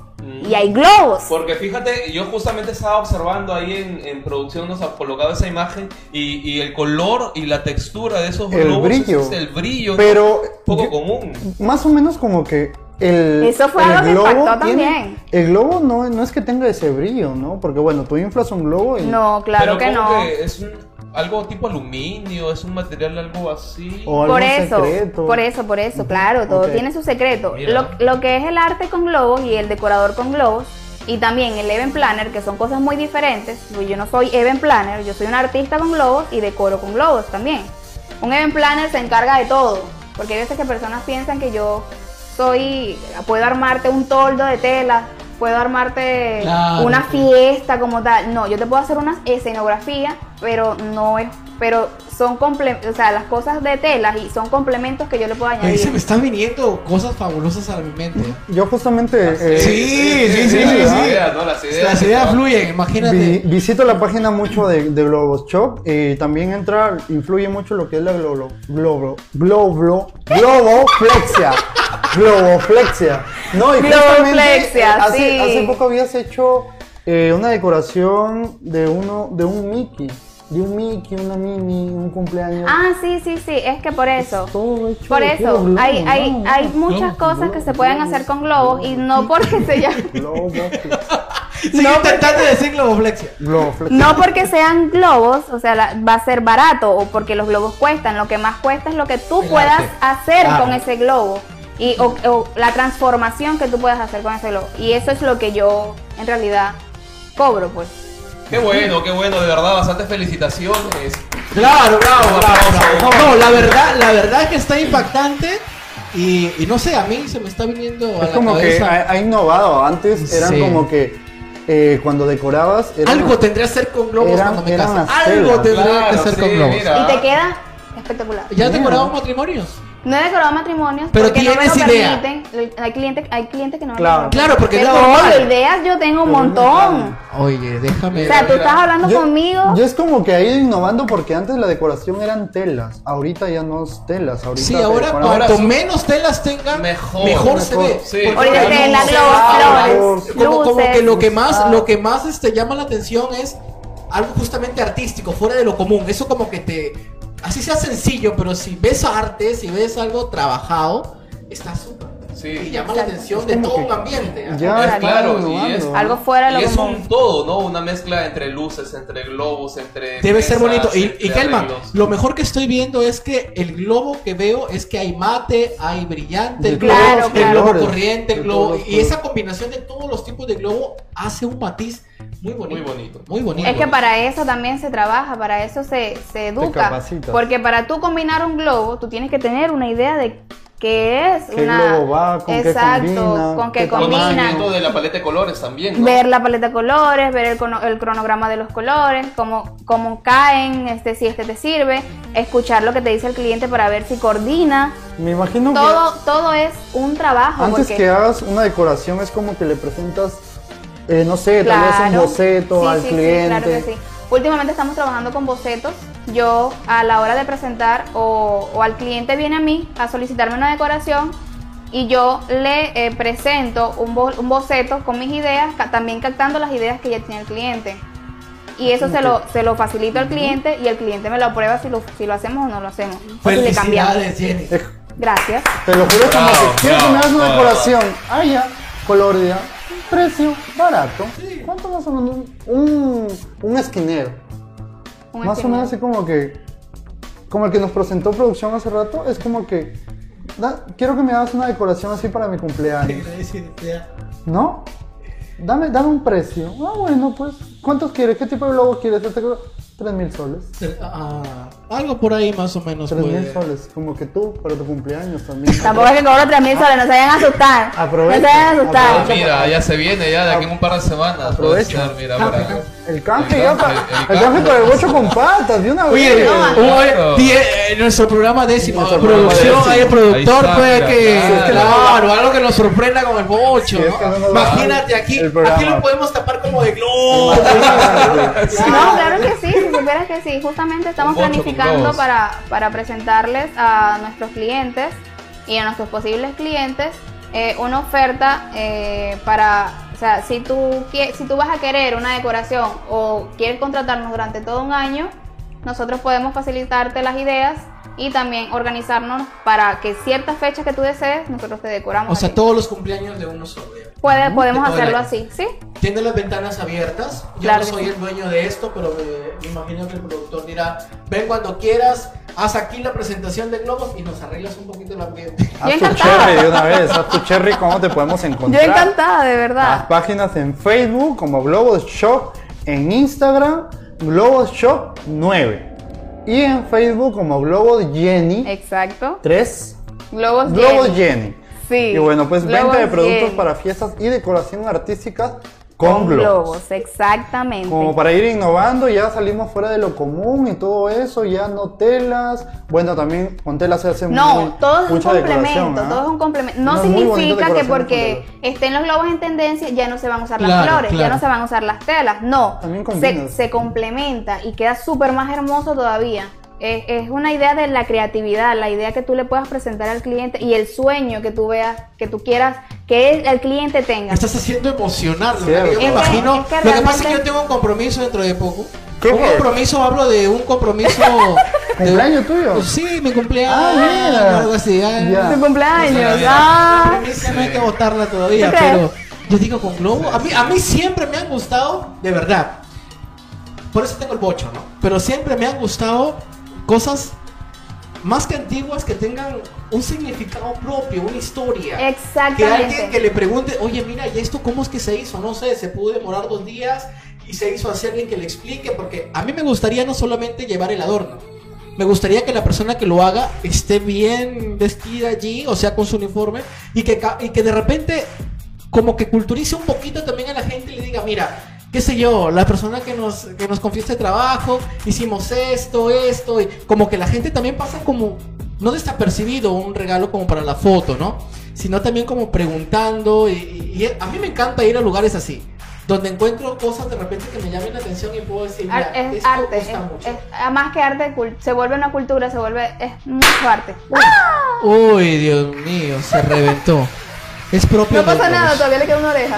y hay globos.
Porque fíjate, yo justamente estaba observando ahí en, en producción, nos ha colocado esa imagen y, y el color y la textura de esos
El
globos,
brillo.
es el brillo,
Pero
poco
yo-
común.
más o menos como que el
Eso fue
el
algo que impactó
tiene-
también.
El globo no, no es que tenga ese brillo, ¿no? Porque bueno, tú inflas un globo y
No, claro
Pero
que
como
no.
que es un- algo tipo aluminio, es un material algo así.
o algún
Por eso,
secreto.
por eso, por eso, claro, todo
Ok.
tiene su secreto.
Mira.
Lo, lo que es el arte con globos y el decorador con globos y también el event planner, que son cosas muy diferentes, pues yo no soy event planner, yo soy un artista con globos y decoro con globos también. Un event planner se encarga de todo, porque hay veces que personas piensan que yo soy, puedo armarte un toldo de tela, puedo armarte
Claro,
una
claro.
fiesta como tal. No, yo te puedo hacer una escenografía, pero no es, pero son complementos, o sea, las cosas de telas y son complementos que yo le puedo
Ahí se me
añadir.
están viniendo cosas fabulosas a mi mente.
Yo justamente eh,
Ah, Sí, sí, sí, sí,
Las
sí.
ideas, ¿no? Las ideas
Las
que
ideas
van-
fluyen,
vi-
imagínate.
visito la página mucho de, de Globos Shop y también entra, influye mucho lo que es la globo, globo, globo, globoflexia. Globoflexia. No, y justamente,
Globoflexia,
eh, hace,
sí.
hace poco habías hecho eh, una decoración de uno, de un Mickey. de un Mickey, una Mini, un cumpleaños.
Ah, sí, sí, sí, es que por eso.
Todo hecho
Por
de puros
eso,
globos,
hay, hay,
¿no?
hay muchas cosas que se pueden hacer con globos y no porque se llamen,
Globos,
Sigue intentando decir globoflexia.
globos, fle-
no porque sean globos, o sea, la- va a ser barato o porque los globos cuestan. Lo que más cuesta es lo que tú
El
puedas
arte.
hacer
Claro.
con ese globo y o, o la transformación que tú puedas hacer con ese globo. Y eso es lo que yo en realidad cobro, pues.
Qué bueno, qué bueno, de verdad, bastantes felicitaciones.
Claro, bravo, bravo,
bravo.
bravo. No, la verdad, la verdad es que está impactante y, y no sé, a mí se me está viniendo a
Es
la
como que
cabeza.
ha, ha innovado. Antes eran
Sí.
como que eh, cuando decorabas. eran-
Algo tendría que hacer con globos
Eran-
cuando me
eran
case.
las
Algo
telas.
tendría que
Claro,
hacer
sí,
con globos.
mira.
Y te queda espectacular.
¿Ya has
Mira.
decorado matrimonios?
No he decorado matrimonios
Pero
porque no me lo
tienes idea.
permiten. Hay clientes, hay clientes que no me lo
Claro.
permiten.
Claro, porque es
Pero
la normal.
obvio, ideas yo tengo un
Pero es normal.
montón.
Oye, déjame.
O sea, tú estás hablando
Yo-
conmigo.
Yo es como que ha ido innovando porque antes la decoración eran telas. Ahorita ya no es telas. Ahorita
Sí,
te
ahora
decoran-
cuanto
sí.
menos telas tengan, mejor,
Mejor,
se
mejor,
ve.
sí.
Porque
Ahorita
como-
te la
luces,
globos,
luces,
flores,
como, como
luces.
que lo que más,
Ah.
lo que más este, llama la atención es algo justamente artístico, fuera de lo común. Eso como que te. Así sea sencillo, pero si ves arte, si ves algo trabajado, está súper.
Sí.
Y llama la atención de
Es como
todo
que-
un ambiente. ¿ah?
Ya
Es
está
claro, y
innovando.
es-
Algo fuera de
Y
lo
es
común.
un todo, ¿no? Una mezcla entre luces, entre globos, entre.
Debe ser
mesas,
bonito. Y,
entre
y Kelman,
arreglos.
lo mejor que estoy viendo es que el globo que veo es que hay mate, hay brillante, el globo,
Claro,
el
claro.
globo corriente, el
De
globo.
todos los
Y esa combinación de todos los tipos de globo hace un matiz muy bonito.
Muy bonito.
Muy bonito.
Es que para eso también se trabaja, para eso se, se educa.
capacitas.
Porque para tú combinar un globo, tú tienes que tener una idea de qué es.
¿Qué
una...
globo va? ¿Con qué
Exacto,
combina?
con qué
¿Qué
combina.
Conocimiento de la paleta de colores también, ¿no?
Ver la paleta de colores, ver el, cono- el cronograma de los colores, cómo, cómo caen, este, si este te sirve, escuchar lo que te dice el cliente para ver si coordina.
Me imagino que
Todo, todo es un trabajo.
antes
porque-
que hagas una decoración es como que le presentas, eh, no sé, tal vez un
Claro.
boceto
Sí,
al
sí, sí,
cliente.
claro que sí. Últimamente estamos trabajando con bocetos. Yo a la hora de presentar o, o al cliente viene a mí a solicitarme una decoración y yo le eh, presento un, bo- un boceto con mis ideas, ca- también captando las ideas que ya tiene el cliente. Y eso se lo, se lo facilito al cliente y el cliente me lo aprueba si lo, si lo hacemos o no lo hacemos. O si le cambiamos.
Felicidades, Jenny.
Eh,
Gracias.
Te lo juro como
Bravo,
que quiero que
bravo,
me hagas una
bravo.
decoración. Ah, ya, color ya, precio, barato. ¿Cuánto más o menos? Un, un esquinero.
Un
Más o
estimado.
menos así como que. Como el que nos presentó producción hace rato, es como que. da- quiero que me hagas una decoración así para mi cumpleaños. ¿No? Dame, dame un precio. Ah, bueno, pues. ¿Cuántos quieres? ¿Qué tipo de globo quieres? Este creo- Tres mil soles.
Ah, algo por ahí más o menos.
Tres mil
puede.
soles. Como que tú, para tu cumpleaños también.
Tampoco es que cobro 3 mil soles, no se vayan a asustar.
Aprovecha,
No se vayan a asustar.
Ah, mira, ya se viene, ya de aquí en un par de semanas. puede
Aprovecha.
ser, mira,
Ah,
para-
El canje
El
ya
canje,
para.
el
El canje
canje.
para el bocho con patas, de una
Oye,
vez.
un-
Claro.
die- eh, nuestro programa décimo,
Nuestro
producción,
programa décimo.
hay el productor,
Ahí está,
puede
mira,
que,
claro.
claro, algo que nos sorprenda con el bocho,
Si es
¿no?
que no nos va
Imagínate
el
aquí,
programa.
aquí lo podemos tapar como de globo.
No, claro que sí, si supieras que sí. Justamente estamos
Con bocho, con
planificando
globos.
para, para presentarles a nuestros clientes y a nuestros posibles clientes eh, una oferta eh, para, o sea, si tú, quie- si tú vas a querer una decoración o quieres contratarnos durante todo un año, nosotros podemos facilitarte las ideas y también organizarnos para que ciertas fechas que tú desees, nosotros te decoramos.
O sea,
a ti.
todos los cumpleaños de uno solo. ya.
Mm, Puede- podemos
todo el
hacerlo
año.
así, ¿sí?
Tiene las ventanas abiertas. Yo
Claro
no
que
soy
sí.
el dueño de esto, pero me, me imagino que el productor dirá, ven cuando quieras, haz aquí la presentación de globos y nos arreglas un poquito el ambiente.
Yo
Haz tu
encantada.
cherry de una vez. Haz tu cherry, ¿cómo te podemos
Yo
encontrar?
encantada, de
Las
verdad.
páginas en Facebook como Globos Shop, en Instagram Globos Shop 9 y en Facebook como Globos Jenny
Exacto.
3
Globos
Globos
llenos.
Jenny.
Sí.
Y bueno, pues
Globos
venta de productos
llenos.
para fiestas y decoración artística con,
Con
globos.
globos, exactamente.
Como para ir innovando, ya salimos fuera de lo común y todo eso, ya no telas. Bueno, también con telas se hace muy-
No, todo es un
mucha decoración,
complemento,
¿ah?
todo es un complemento. No
Unas muy bonitas
significa que
decoraciones con
porque
globos.
estén los globos en tendencia ya no se van a usar las
Claro,
flores, ya
claro.
no se van a usar las telas, no.
También
se,
combinas.
se complementa y queda súper más hermoso todavía. Es, es una idea de la creatividad, la idea que tú le puedas presentar al cliente y el sueño que tú veas, que tú quieras que el, el cliente tenga.
Me estás haciendo emocionarlo.
Cierto.
Yo me
Es que-
imagino.
es que
Lo que pasa es que
realmente-
yo tengo un compromiso dentro de poco. Un compromiso, hablo de un compromiso. de-
¿Cumpleaños tuyo?
Sí, mi cumpleaños.
Ah, mira.
Algo así. ah,
Ya.
Tu cumpleaños.
Navidad.
Ah.
premisa no hay que votarla todavía,
¿Tú crees?
pero yo digo con globo. A mí, a mí siempre me han gustado, de verdad. Por eso tengo el bocho, ¿no? Pero siempre me han gustado cosas más que antiguas que tengan un significado propio, una historia. Que alguien que
Exactamente.
le pregunte, oye, mira, ¿y esto cómo es que se hizo? No sé, se pudo demorar dos días y se hizo así alguien que le explique, porque a mí me gustaría no solamente llevar el adorno, me gustaría que la persona que lo haga esté bien vestida allí, o sea, con su uniforme, y que, ca- y que de repente como que culturice un poquito también a la gente y le diga, mira, qué sé yo, la persona que nos, que nos confió este trabajo, hicimos esto, esto, y como que la gente también pasa como, no desapercibido un regalo como para la foto, ¿no? Sino también como preguntando, y, y- y a mí me encanta ir a lugares así. Donde encuentro cosas de repente que me llamen la atención y puedo decir,
Ar-
mira,
es
esto
arte.
gusta
Es,
mucho.
es- más que arte, cul- se vuelve una cultura, se vuelve. Es mucho arte.
Uy, Dios mío, se reventó. Es propio.
No pasa
del
nada,
Bosch.
todavía le queda una oreja.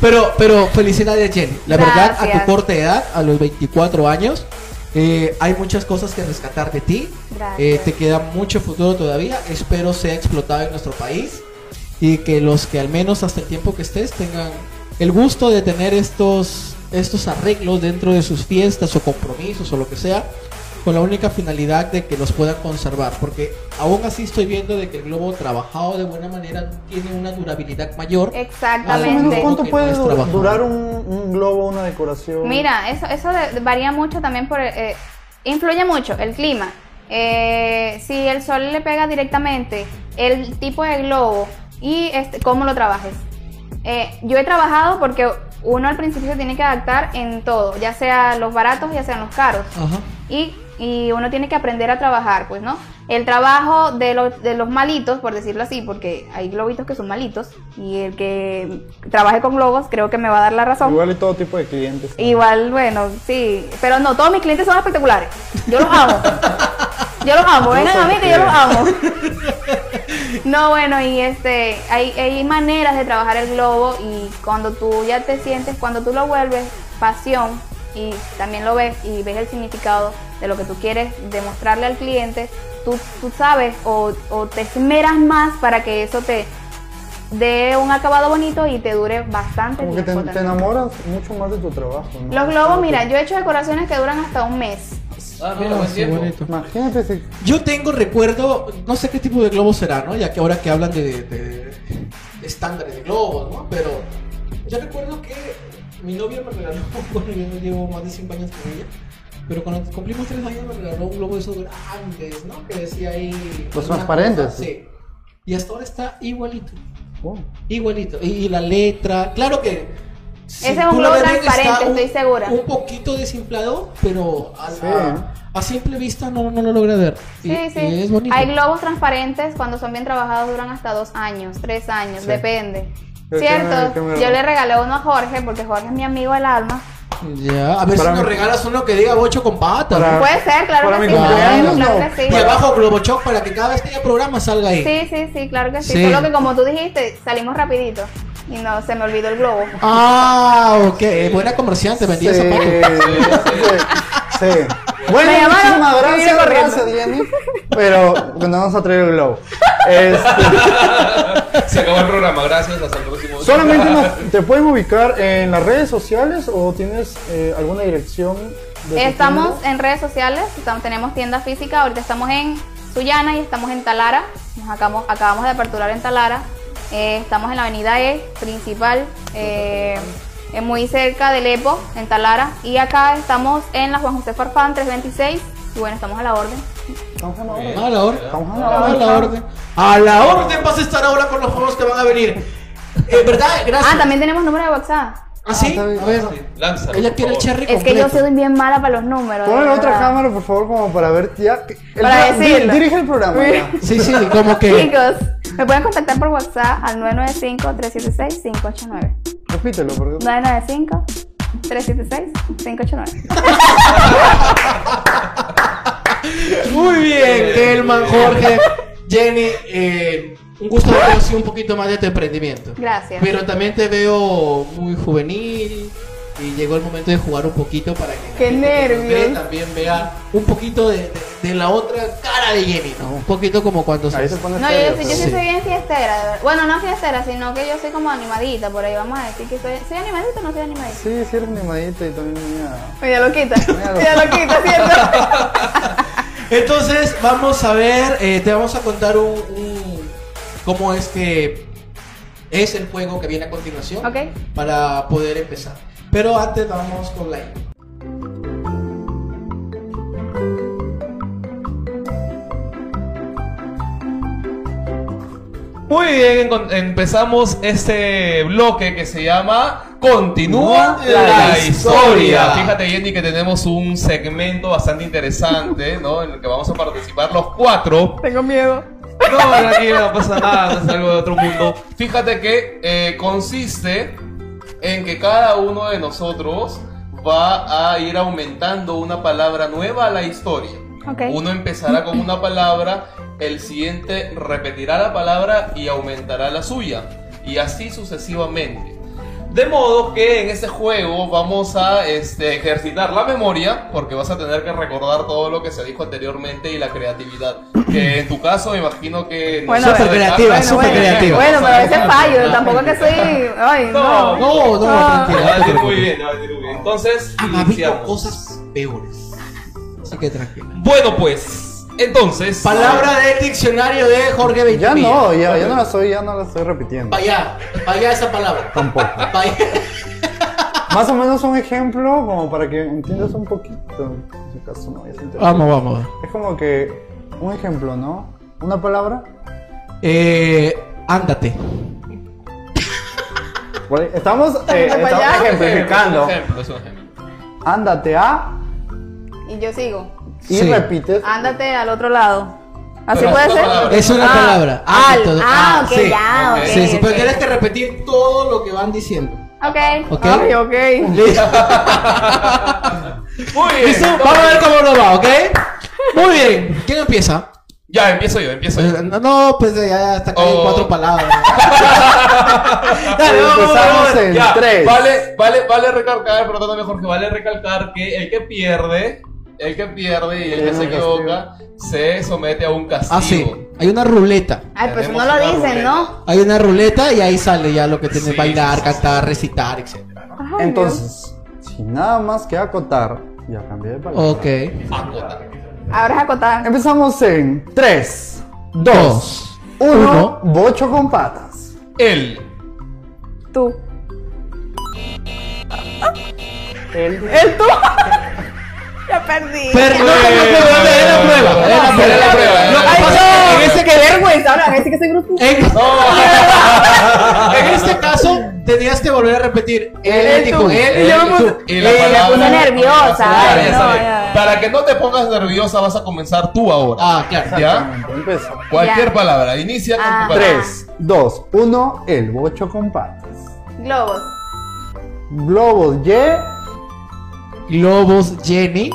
Pero, pero felicidades, Jenny. La verdad, a
Gracias.
tu corta edad, a los 24 años, eh, hay muchas cosas que rescatar de ti.
Gracias.
Eh, te queda mucho futuro todavía. Espero sea explotado en nuestro país y que los que al menos hasta el tiempo que estés tengan el gusto de tener estos estos arreglos dentro de sus fiestas o compromisos o lo que sea con la única finalidad de que los puedan conservar porque aún así estoy viendo de que el globo trabajado de buena manera tiene una durabilidad mayor
Más o menos,
Algo
Exactamente.
¿cuánto
que
puede
no es trabajado.
durar un, un globo, una decoración?
Mira, eso, eso de- varía mucho también por... eh, influye mucho el clima. Eh, si el sol le pega directamente, el tipo de globo y este, cómo lo trabajes. Eh, yo he trabajado porque uno al principio se tiene que adaptar en todo, ya sea los baratos, ya sean los caros.
Ajá.
y, y uno tiene que aprender a trabajar, pues, ¿no? El trabajo de los, de los malitos, por decirlo así, porque hay globitos que son malitos, y el que trabaje con globos creo que me va a dar la razón.
Igual y todo tipo de clientes.
Igual, bueno, sí. Pero no, todos mis clientes son espectaculares. Yo los amo. Yo los amo. Vengan a mí que yo los amo. No, bueno, y este, hay, hay maneras de trabajar el globo y cuando tú ya te sientes, cuando tú lo vuelves pasión y también lo ves y ves el significado de lo que tú quieres demostrarle al cliente, tú, tú sabes o, o te esmeras más para que eso te dé un acabado bonito y te dure bastante
Como que te,
tiempo.
te
también.
enamoras mucho más de tu trabajo. ¿no?
Los globos, mira, yo he hecho decoraciones que duran hasta un mes.
Ah, mira, buen tiempo.
Imagínate si
Yo tengo recuerdo, no sé qué tipo de globo será, ¿no? Ya que ahora que hablan de, de- de- de estándares de globos, ¿no? Pero yo recuerdo que mi novia me regaló, bueno, yo no llevo más de 5 años con ella, pero cuando cumplimos 3 años me regaló un globo de esos grandes, ¿no? Que decía ahí...
Los
alguna
transparentes.
cosa, Sí. Y hasta ahora está igualito.
Oh,
Igualito. Y, y la letra. Claro que.
Ese es un
tú lo
globo
ves bien,
transparente,
está un-
estoy segura.
Un poquito desinflado, pero a,
Sí.
a- a simple vista no, no lo logra ver. Y-
Sí, sí.
y es bonito.
Hay globos transparentes, cuando son bien trabajados duran hasta dos años, tres años,
Sí.
depende.
Yo
¿Cierto?
que me- que me-
Yo le regalé uno a Jorge, porque Jorge es mi amigo del alma.
Ya, a ver
Para
si nos
mí-
regalas uno que diga bocho con patas.
Para-
¿no?
Puede ser, claro
Para
que
mi
sí.
cumpleaños,
claro
no.
que
Y
sí.
abajo Globochoc para que cada vez que haya programa salga ahí.
Sí, sí, sí, claro que sí.
Sí.
Solo que como tú dijiste, salimos rapidito. Y no, se me olvidó el globo.
Ah, ok. Buena comerciante, vendía
sí,
zapatos.
sí, sí. Bueno,
Me llamaron,
muchísimas
me vine
gracias,
corriendo.
gracias, Jenny. Pero no nos a traer el globo. Este,
Se acabó el programa, gracias, hasta el próximo.
solamente nos- te pueden ubicar en las redes sociales o tienes eh, alguna dirección. de tu
Estamos
tienda?
en redes sociales, estamos- tenemos tienda física, ahorita estamos en Sullana y estamos en Talara, nos acabamos, acabamos de aperturar en Talara, Eh, estamos en la avenida E principal, eh, eh, muy cerca del EPO, en Talara, y acá estamos en la Juan José Farfán 326, y bueno, estamos a la orden.
Estamos en la hora.
Ah, A la orden.
Estamos en la hora.
A la orden. A la orden vas a estar ahora con los juegos que van a venir. Eh, ¿Verdad? Gracias.
Ah, también tenemos número de WhatsApp.
¿Ah, sí?
Ah, está
a ver.
Sí, Lánzalo.
Ella
por
quiere el
favor.
cherry
Es que yo
completo.
soy bien mala para los números. de
Ponle otra
verdad.
cámara, por favor, como para ver ya. que- el-
Para
di-
decirlo.
Dirige el programa. ya.
Sí, sí, como que.
Chicos, me pueden contactar por WhatsApp al 995-376-589.
Repítelo, porque.
995-376-589.
Muy bien, Kelman, Jorge, Jenny, eh, un gusto haber conocido un poquito más de tu emprendimiento.
Gracias.
Pero también te veo muy juvenil, Y llegó el momento de jugar un poquito para que la
Qué
gente que nos
nervios.
ve también vea un poquito de, de- de la otra cara de Jenny, ¿no? Un poquito como cuando
Ahí se pone
No,
serio,
yo, sí- yo sí
Sí.
soy bien fiestera. de verdad. Bueno, no fiestera, sino que yo soy como animadita, por ahí vamos a decir que soy, ¿soy animadita o no soy animadita.
pero- Sí, sí, eres animadita y también mira.
Media loquita,
Media
media loquita, ¿cierto?
Entonces, vamos a ver, eh, te vamos a contar un, un- cómo es que es el juego que viene a continuación
Ok.
para poder empezar. Pero antes vamos con la intro.
Muy bien, encon- empezamos este bloque que se llama Continúa
La
la,
historia.
historia. Fíjate, Jenny, que tenemos un segmento bastante interesante, ¿no? En el que vamos a participar los cuatro.
Tengo miedo.
No, tranquilo, no pasa nada, no es algo de otro mundo. Fíjate que eh, consiste en que cada uno de nosotros va a ir aumentando una palabra nueva a la historia.
Ok.
Uno empezará con una palabra, el siguiente repetirá la palabra y aumentará la suya. Y así sucesivamente. De modo que en este juego vamos a este, ejercitar la memoria, porque vas a tener que recordar todo lo que se dijo anteriormente y la creatividad. Que en tu caso, me imagino que.
Bueno,
sé,
súper
de-
creativa,
ah,
súper creativa.
Bueno, pero a veces fallo, tampoco que soy. Ay,
No,
no.
no, no,
Lo
Ah.
tranquila.
va a decir muy bien, lo va a decir muy bien. Entonces,
Ha habido
iniciamos.
cosas peores. Así que tranquila.
Bueno, pues, entonces.
Palabra del diccionario de Jorge
Ya
Ventimiglia.
no, ya, ya no la soy, ya no la estoy repitiendo.
Para allá, para allá esa palabra.
Tampoco.
Pa' allá.
Más o menos un ejemplo como para que entiendas un poquito. En su caso no es interesante.
vamos.
Es como que un ejemplo, ¿no? Una palabra.
Eh, ándate.
Por ahí- Estamos, eh,
Para
estamos
allá.
Es un
ejemplificando.
ejemplo, es un ejemplo.
Ándate a
Y yo sigo.
y
Sí.
repites.
Ándate al otro lado. ¿Así
Pero
puede
es
ser?
una palabra.
Es una
Ah,
palabra.
al-
Ándate.
ah,
Ah,
ok,
sí.
ya, ok.
Ok.
Sí, sí, pero
ok.
tienes que repetir todo lo que van diciendo.
Ok.
Ok.
Ay, ok.
Muy bien.
¿Listo? Vamos a ver cómo nos va, ¿ok? Muy bien. ¿Quién empieza?
Ya, empiezo yo, empiezo yo.
Eh, No, no, pues eh, ya hasta acá hay
Oh.
cuatro palabras. Dale, vamos, vamos,
Empezamos
vamos.
en
Ya,
3.
Vale, vale, vale recalcar, perdóname Jorge, vale recalcar que el que pierde, el que pierde y el que
Tiene
se
un castigo.
equivoca, se somete a un castigo.
Ah, sí. Hay una ruleta.
Ay, pues
Tenemos
no lo
una
dicen, ¿no?
Hay una ruleta y ahí sale ya lo que tiene
Sí,
bailar,
sí, sí,
cantar, recitar, etc.
Ay,
Entonces, sin nada más que acotar, ya cambié de palabra.
Ok.
Acota.
Dios. Ahora es acotada.
Empezamos en 3, 2,
Dos.
1. Bocho con patas.
Él.
Tú.
El
El tú. ya perdí.
Pero no, no, no, no, es la prueba, es la
No,
prueba.
es la prueba, es
Lo
la
que
prueba.
pasa-
Ay, ese que vergüenza. Ahora, ese que soy grupo.
en-
No.
En este caso, tenías que volver a repetir. Él,
Él,
y
Eh, tú.
tú, él, y yo, tú.
Él,
Y la
Eh, me
palabra-
puse nerviosa,
Claro,
ay,
ya
no,
sabes.
ya.
Para que no te pongas nerviosa, vas a comenzar tú ahora.
Ah, claro.
¿Ya?
Empieza.
Cualquier
Ah, Ya.
palabra, inicia con
Ah.
tu palabra.
3, 2, 1. El bocho con patas.
Globos.
Globos Y.
Globos, Jenny.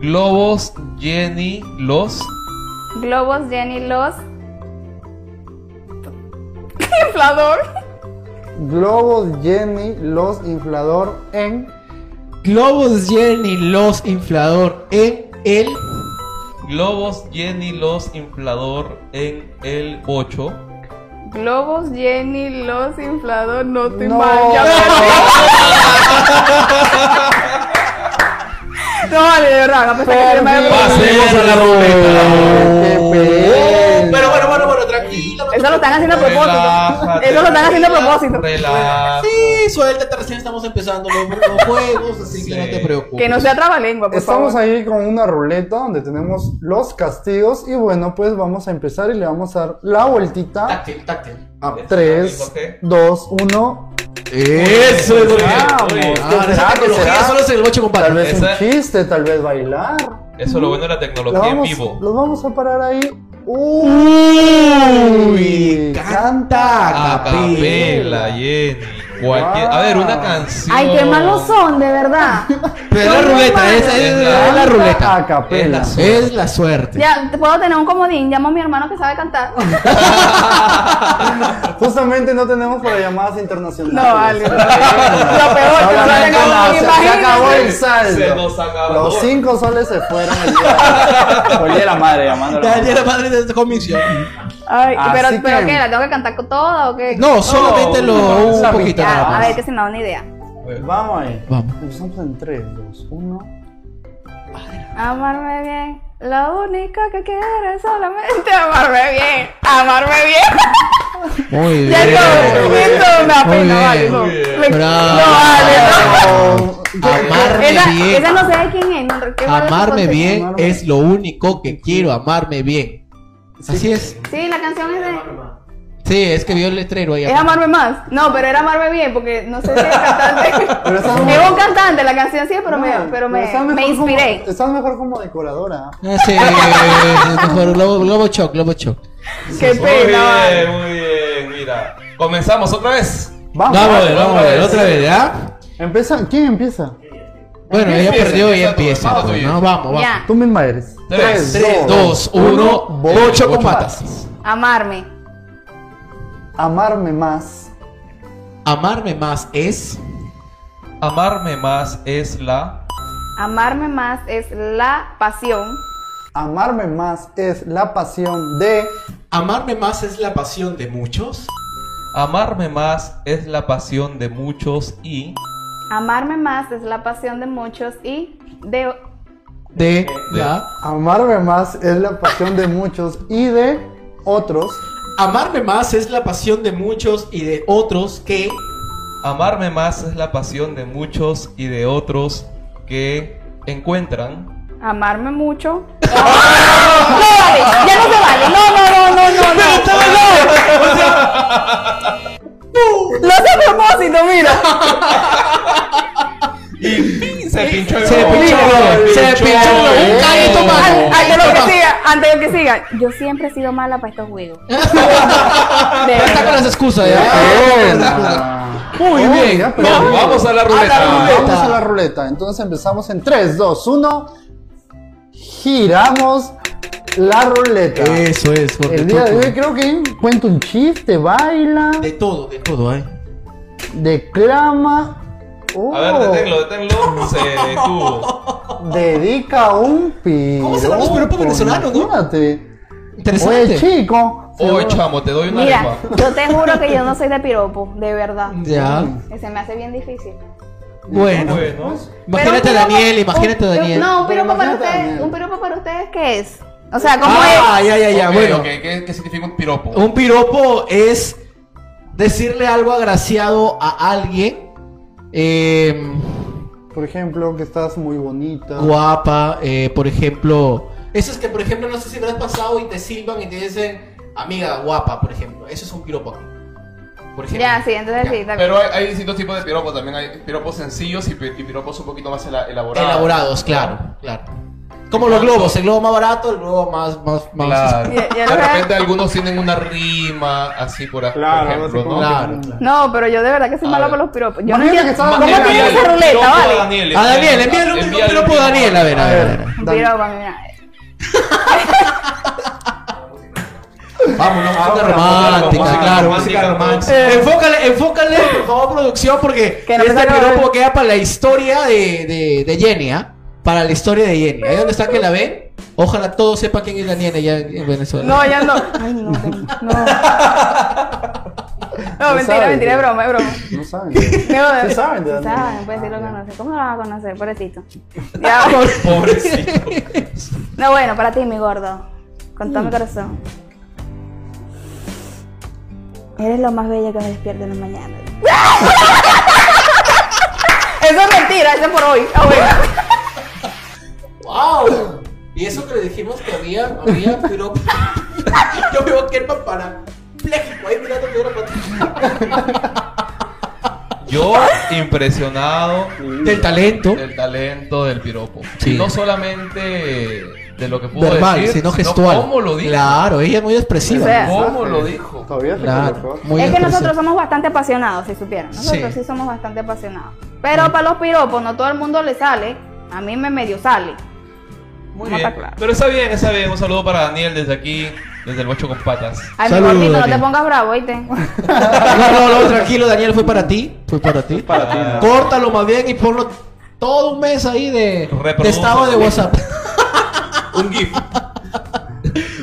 Globos, Jenny, los.
Globos, Jenny, los. Inflador.
Globos Jenny. Los inflador en.
Globos, Jenny, los inflador en el
Globos, Jenny, los, inflador en el 8.
Globos, Jenny, los inflador. No te
No.
mal. Ya perdí. No, vale, de verdad. No pensé que se me
Perdí.
Pasemos a la
Qué pena.
Oh, Pero bueno, bueno, bueno, tranquilo.
Oh, eh. Eso lo están haciendo a propósito.
Relájate,
Eso lo están haciendo a
relaja,
propósito.
relaja.
Sí, suéltate, recién estamos empezando los, los juegos, así que no te preocupes.
Que no sea trabalengua, por
Estamos
favor.
ahí con una ruleta donde tenemos los castigos. Y bueno, pues vamos a empezar y le vamos a dar la
Ah,
vueltita.
Táctil, táctil.
A
Está
3,
bien, Jorge.
2, 1.
Eso
es lo que-
Ah, esa tecnología solo es en el 8 compadre.
Tal vez un
Esa-
chiste, tal vez bailar.
Eso es lo bueno de la
Los
tecnología
vamos,
en vivo.
los vamos a parar ahí. Uy,
Uy, canta
A
a capela.
capela, Jenny. Cualquier- a ver, una
Wow.
canción.
Ay, qué malos son, de verdad.
Pero es la
Son muy
ruleta,
malos.
esa es,
Es
la,
la-
es la ruleta.
A capela.
Es
Es la suerte.
Ya, te puedo tener un comodín. Llamo a mi hermano que sabe cantar.
Justamente no tenemos para llamadas internacionales.
No, vale. Lo peor,
Solamente
que se acabó,
nada, se- se acabó
imagínate.
el saldo.
Se nos acabó.
Los cinco soles se fueron. el día-
Por el día de la madre, llamándolo.
Ya, ya la madre de esta comisión.
Ay,
Así
pero, pero
que-
¿qué? ¿La tengo que cantar con toda o qué?
No, solamente lo
no,
un
la
poquito
mitad.
nada
Ya, a
más.
ver, que si no, ni idea.
Vamos ahí.
Vamos.
Empezamos en 3, 2, 1.
Amarme bien. Lo único que quiero es solamente amarme bien. Amarme bien.
Muy bien.
Ya no, esto es una
Muy bien,
pena, vale. No,
muy bien.
Me- no
Bravo.
vale, no.
Amarme
Esa,
bien.
esa no sé de quién es. no, qué malo
Amarme
ese
bien
Amarme.
es lo único que quiero, amarme bien. Así es.
consejo. Sí, la canción es de.
Sí, es que vio el letrero ahí.
Es amarme más. No, pero era amarme bien, porque no sé si es
Pero
cantante.
estás
es un cantante, la canción sí, pero me, pero me,
estás mejor
me inspiré.
Como, estás mejor como decoradora.
Ah, sí, eh, mejor Globo, Globo Choc, Globo Choc.
Qué
Muy
pena.
bien, muy bien, mira. Comenzamos otra vez.
Vamos.
Vamos, a ver,
vamos
vamos, a
a
ver,
ver,
otra
sí.
vez, ¿ya?
Empieza, ¿Quién empieza?
Bueno, ella
Empieza,
perdió y
empieza
empieza.
tú,
pues,
empieza tú.
¿no? Vamos, vamos.
Ya,
Tú misma eres.
Tres,
Tres, dos, uno, bocho con patas.
amarme.
Amarme más.
Amarme más es.
Amarme más es la.
Amarme más es la pasión.
Amarme más es la pasión de.
Amarme más es la pasión de muchos.
Amarme más es la pasión de muchos y.
Amarme más es la pasión de muchos y de
De la.
Amarme más es la pasión de muchos y de otros.
Amarme más es la pasión de muchos y de otros que.
Amarme más es la pasión de muchos y de otros que encuentran.
amarme mucho. no vale, ya no se vale. No, no, no, no, no. no. Lo hace a propósito, mira.
Y ¡pin! se pinchó el
Se
globo.
pinchó, se pinchó, un caguito
An-
más.
Antes de lo que siga, antes de que siga. Yo siempre he sido mala para estos juegos. De
Está con
verdad.
las excusas, ya.
Buena.
Muy
Oh,
bien.
ya, pero- Ah,
No, vamos a la ruleta.
Vamos a la ruleta. Entonces empezamos en 3, 2, 1. Giramos la ruleta.
Eso es, porque
El día
tú-
de hoy creo que cuenta un chiste, baila,
De todo, de todo, ¿eh?
declama.
A ver,
oh,
deténlo, deténlo. Se detuvo.
Dedica un piropo.
¿Cómo se llaman los piropos venezolanos, no?
Imagínate.
Interesante.
Oye, chico. se
Oye,
va-
chamo, te doy una
Mira,
arepa.
yo te juro que yo no soy de piropo, de verdad.
Ya.
Que se me hace bien difícil.
Bueno.
Bueno.
Imagínate a
Pero un piropo-
Daniel,
un-
imagínate a
un-
Daniel.
No, un piropo
Pero
para
imagínate a
ustedes,
Daniel.
un piropo para ustedes ¿qué es? O sea, ¿cómo
Ah,
es?
ya, ya, ya.
Ok,
Bueno,
ok, ¿Qué, qué significa un piropo?
un piropo es decirle algo agraciado a alguien. eh,
Por ejemplo, que estás muy bonita.
guapa, eh, por ejemplo. Eso es que, por ejemplo, no sé si lo has pasado y te silban y te dicen, amiga guapa, por ejemplo. Eso es un piropo aquí. Por ejemplo.
Ya, sí, entonces sí, también.
Pero hay, hay distintos tipos de piropos. También hay piropos sencillos y, pi- y piropos un poquito más ela- elaborados.
Elaborados, claro, claro. Como los globos, el globo más barato, el globo más, más, más-
Claro.
Ya- ya
de
lo veo.
repente algunos tienen una rima así por, por ejemplo, ¿no?
Claro.
No, pero yo de verdad que soy
A
mala
ver.
para los piropos. Yo no
Imagínate que
entiendo.
estaba-
¿Cómo
Envíale
tiene
un
esa ruleta,
piropo
vale?
Daniel,
A Daniel,
envíale-
envíale un
envíale
piropo a Daniel, a ver, a
A
ver. a
ver.
ver.
Un
Dale.
piropo, mira.
Vámonos, música
Ahora,
romántica,
música
Ah, claro, Eh.
romántica,
música romántica.
música.
Enfócale, enfócale, por favor, producción, porque
Que no me
este
salga
piropo
mal.
queda para la historia de, de, de Jenny, ¿ah? Para la historia de Jenny. Ahí donde está que la ven, ojalá todos sepan quién es la Jenny allá en en Venezuela.
No, ya no. Ay, no, no. No,
No
mentira,
sabe,
mentira,
tío.
es broma, es broma.
No saben.
No, de-
Sí saben de
sí
dónde.
saben, pues sí
Ah,
lo
ya.
conocen. ¿Cómo lo van a conocer, pobrecito? Ya.
Pobrecito.
No, bueno, para ti, mi gordo. Con todo mi corazón. Eres lo más bello que me despierta en la mañana. eso es mentira, eso es por hoy. Ah, bueno.
¡Wow! Y eso que le dijimos que había, había piropo. Yo veo que era para. Pléjico, ahí mirando que era para.
Yo impresionado
Del talento.
del talento del piropo.
Sí.
Y no solamente de lo que pudo
Verbal,
decir,
sino gestual.
cómo lo dijo.
Claro, ella es muy expresiva.
O sea,
¿Cómo lo dijo?
eh, todavía te
Claro,
colocó.
muy
es que
expresivo.
nosotros somos bastante apasionados, si supieran. Nosotros
Sí.
sí, somos bastante apasionados. Pero para los piropos no todo el mundo le sale. A mí me medio sale.
Muy
No
bien.
está claro.
Pero está bien, está bien. Un saludo para Daniel desde aquí, desde el Bocho con Patas.
Ay, mi
Saludos,
gordito, no te
Daniel.
pongas bravo, ¿oíste?
No, no, no, tranquilo, Daniel, fue para ti. Fue para ti.
Para ti, ¿no?
Córtalo más bien y ponlo todo un mes ahí de,
Reproduce.
de estado de WhatsApp.
Un GIF.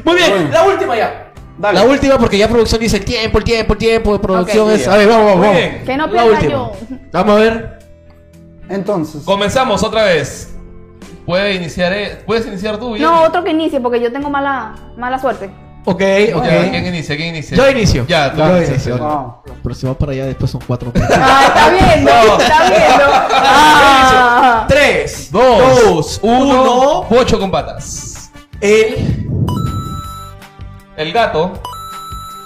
Muy bien,
Bueno.
la última ya.
Dale.
La última porque ya producción dice tiempo, el tiempo, el tiempo, de producción
Ok.
es... A ver, vamos, vamos.
Muy
vamos.
bien.
Que no
La
pierda
última.
yo.
Vamos a ver.
Entonces,
Comenzamos otra vez. Puede iniciar, eh, puedes iniciar tú.
No,
Jenny?
otro que inicie, porque yo tengo mala, mala suerte.
Ok, ok.
Ya, ¿Quién inicia? ¿Quién inicia?
Yo inicio.
Ya, tú
Yo
inicias.
inicio.
wow.
Pero si va para allá después son cuatro.
Ah, está viendo, está viendo. Ah.
Tres,
Dos,
dos,
Uno,
uno.
Bocho con Patas.
El...
El gato.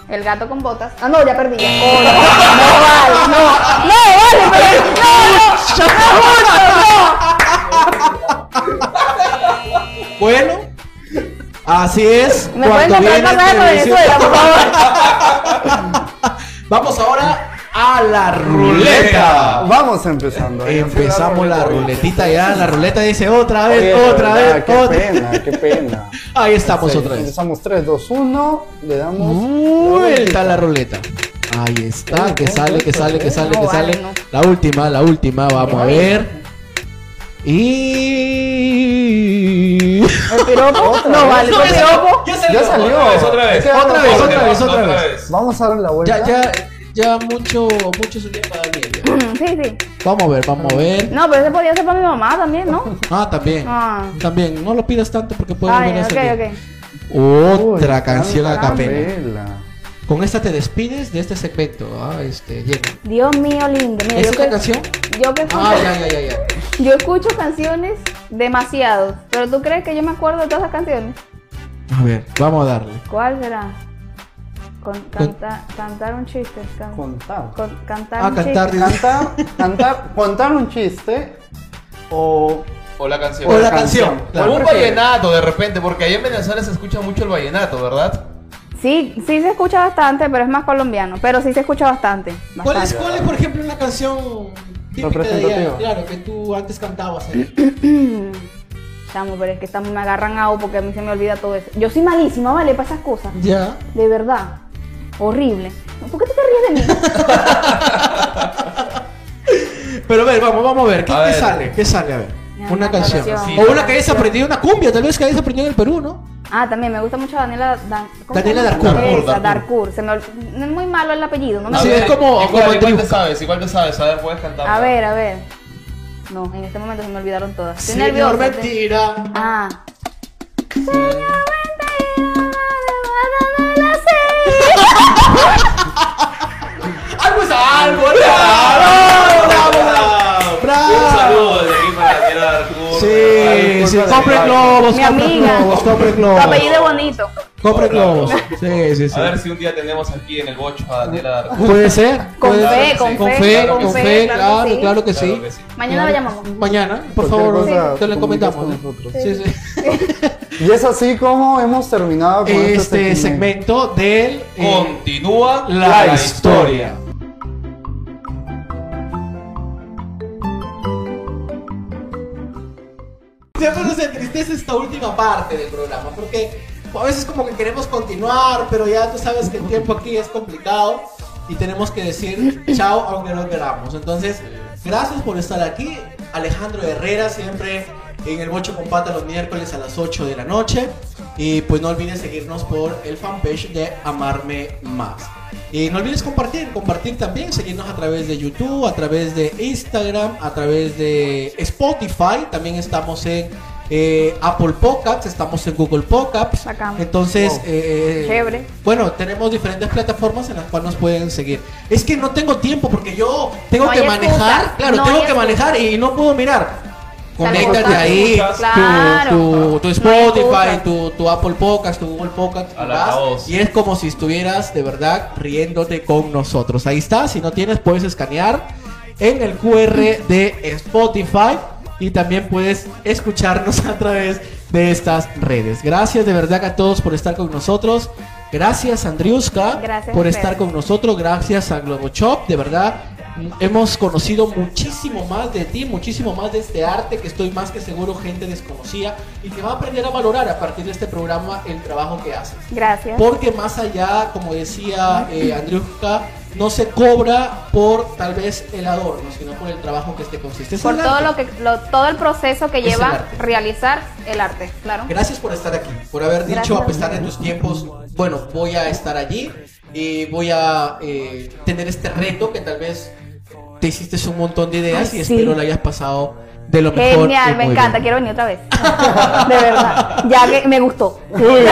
El gato con botas. Ah, no, ya perdí. ya. Oh, no, no vale, no. No, vale, pero. No, no, no, justo,
Bueno, así es.
no. Me pueden
cuando viene este
comprar pasaje para
televisión.
Venezuela, por favor.
Vamos ahora a la ruleta.
Ruleta.
Vamos empezando. eh.
Empezamos la ruletita ya. La ruleta dice otra vez,
Oye,
otra
verdad,
vez,
Qué
otra.
pena, qué pena.
Ahí estamos
Sí,
otra vez. Mm.
Empezamos 3, 2, 1. Le damos.
Vuelta a la ruleta. Ahí está, que sale, que sale, que sale, que
No, vale,
sale.
no.
La última, la última, vamos a ver. Y
El piropo.
Otra
No
vez.
vale,
No,
el
ya
piropo.
Ya
salió. Ya salió.
Otra vez, otra vez.
Ya queda
Otra vez, otra vez, otra vez.
Vamos a dar la vuelta.
ya, ya, ya mucho, mucho sería para Daniel. ya.
Sí, sí.
Vamos a ver, vamos a ver.
No, pero ese podía ser para mi mamá también, ¿no?
Ah, también.
Ah.
También, no lo pidas tanto porque puede
Ay,
volver a
ok,
salir.
ok.
Uy,
Otra
tanta
canción a capela.
capela.
Con esta te despides de este segmento. Ah, este, Jenny.
Dios mío, lindo. Mira,
¿Es
yo
una
que-
canción?
Yo que escucho,
Ah, ya, ya, ya, ya.
yo escucho canciones demasiado. Pero tú crees que yo me acuerdo de todas las canciones.
A ver, vamos a darle.
¿Cuál será? Con, canta- cantar un chiste. can-
Contar.
con- cantar
Ah,
un
cantar,
chiste.
Cantar, cantar, contar un chiste o
O la canción.
O
O
la canción.
canción.
claro.
un
prefieres?
vallenato de repente, porque ahí en Venezuela se escucha mucho el vallenato, ¿verdad?
Sí, sí se escucha bastante, pero es más colombiano. Pero sí se escucha bastante. bastante.
¿Cuál es, ¿Cuál es, por ejemplo, una canción típica de allá?
Representativa.
Claro, que tú antes cantabas. ahí?
Chamo, pero es que estamos, me agarran agua porque a mí se me olvida todo eso. Yo soy malísima, ¿vale? Para esas cosas.
Ya.
De verdad. Horrible. ¿Por qué tú te ríes de mí?
Pero a ver, vamos, vamos a ver. ¿Qué,
A
qué
ver.
sale? ¿Qué sale? A ver.
Ya,
Una
una
canción.
canción.
o una que hayas aprendido, una cumbia, tal vez que hayas aprendido en el Perú, ¿no?
Ah, también me gusta mucho Daniela Dan- ¿cómo se
Daniela
llama?
Darcourt.
Esa,
Darcourt,
Darcourt. Se me ol- Es muy malo el apellido, no me
A
Sí,
acuerdo.
es como-
¿y
como
cuál- y cuál te
triunfo.
sabes? ¿Y cuál te sabes? A ver, puedes cantar.
A ver, a ver. No, en este momento se me olvidaron todas. Estoy nerviosa.
Señor, mentira.
Ah.
¡Algo
pues
es algo! ¡Bravo!
Un
¡Bravo!
saludo desde aquí para Daniela Darcourt.
Sí,
Ay,
sí,
disculpa,
compren
Daniela.
globos,
Mi
compren
amiga.
globos, compren
Tu
globos.
apellido es bonito.
Compren globos. Sí, sí, sí.
A ver si un día tenemos aquí en el bocho a Daniela Darcourt.
Puede ser.
Con
puede
fe,
ser.
con
con
fe,
fe,
con
con
fe,
fe,
claro que
claro,
sí.
claro que sí.
Claro que sí.
Mañana la llamamos.
Mañana, por
Cualquier
favor,
cosa,
te lo
comunicas
comentamos.
con nosotros.
Sí, sí.
Y es así como hemos terminado con
Este segmento del eh,
Continúa
la historia. Siempre nos entristece esta última parte del programa, porque a veces como que queremos continuar, pero ya tú sabes que el tiempo aquí es complicado y tenemos que decir chao aunque no queramos. Entonces, gracias por estar aquí. Alejandro Herrera, siempre en el Bocho con Pata los miércoles a las 8 de la noche. Y pues no olvides seguirnos por el fanpage de Amarme Más. Y no olvides compartir, compartir también, seguirnos a través de YouTube, a través de Instagram, a través de Spotify. También estamos en eh, Apple Podcasts, estamos en Google Podcasts.
Bacán.
Entonces,
Wow.
eh,
Chévere.
bueno, tenemos diferentes plataformas en las cuales nos pueden seguir. Es que no tengo tiempo porque yo tengo
No
que
hay
manejar,
excusa,
claro,
no
tengo
hay
que
excusa.
manejar y no puedo mirar. Conéctate
Claro.
ahí, tu-
Claro.
tu, tu,
No hay
Spotify,
excusa.
tu, tu Apple Podcast, tu Google Podcast,
Al
vas,
altavoz.
y es como si estuvieras de verdad riéndote con nosotros. Ahí está, si no tienes puedes escanear en el QR de Spotify y también puedes escucharnos a través de estas redes. Gracias de verdad a todos por estar con nosotros. Gracias, Andriuska,
Gracias,
por
Fer.
estar con nosotros. Gracias a Globochop, de verdad. mm, Hemos conocido muchísimo más de ti, muchísimo más de este arte que estoy más que seguro gente desconocía y que va a aprender a valorar a partir de este programa el trabajo que haces.
Gracias.
Porque más allá, como decía eh, Andriuska, no se cobra por tal vez el adorno, sino por el trabajo que este consiste. Es
Por
el
todo
arte.
lo que lo- todo el proceso que
Es el
lleva
arte.
realizar el arte, claro.
Gracias por estar aquí, por haber dicho,
Gracias.
a pesar de tus tiempos, bueno, voy a estar allí y voy a eh, tener este reto que tal vez te hiciste un montón de ideas
Ay,
y
sí.
espero la hayas pasado de lo mejor. y
Genial, me
muy
encanta,
bien.
quiero venir otra vez. De verdad, ya que me gustó.
Muy bien.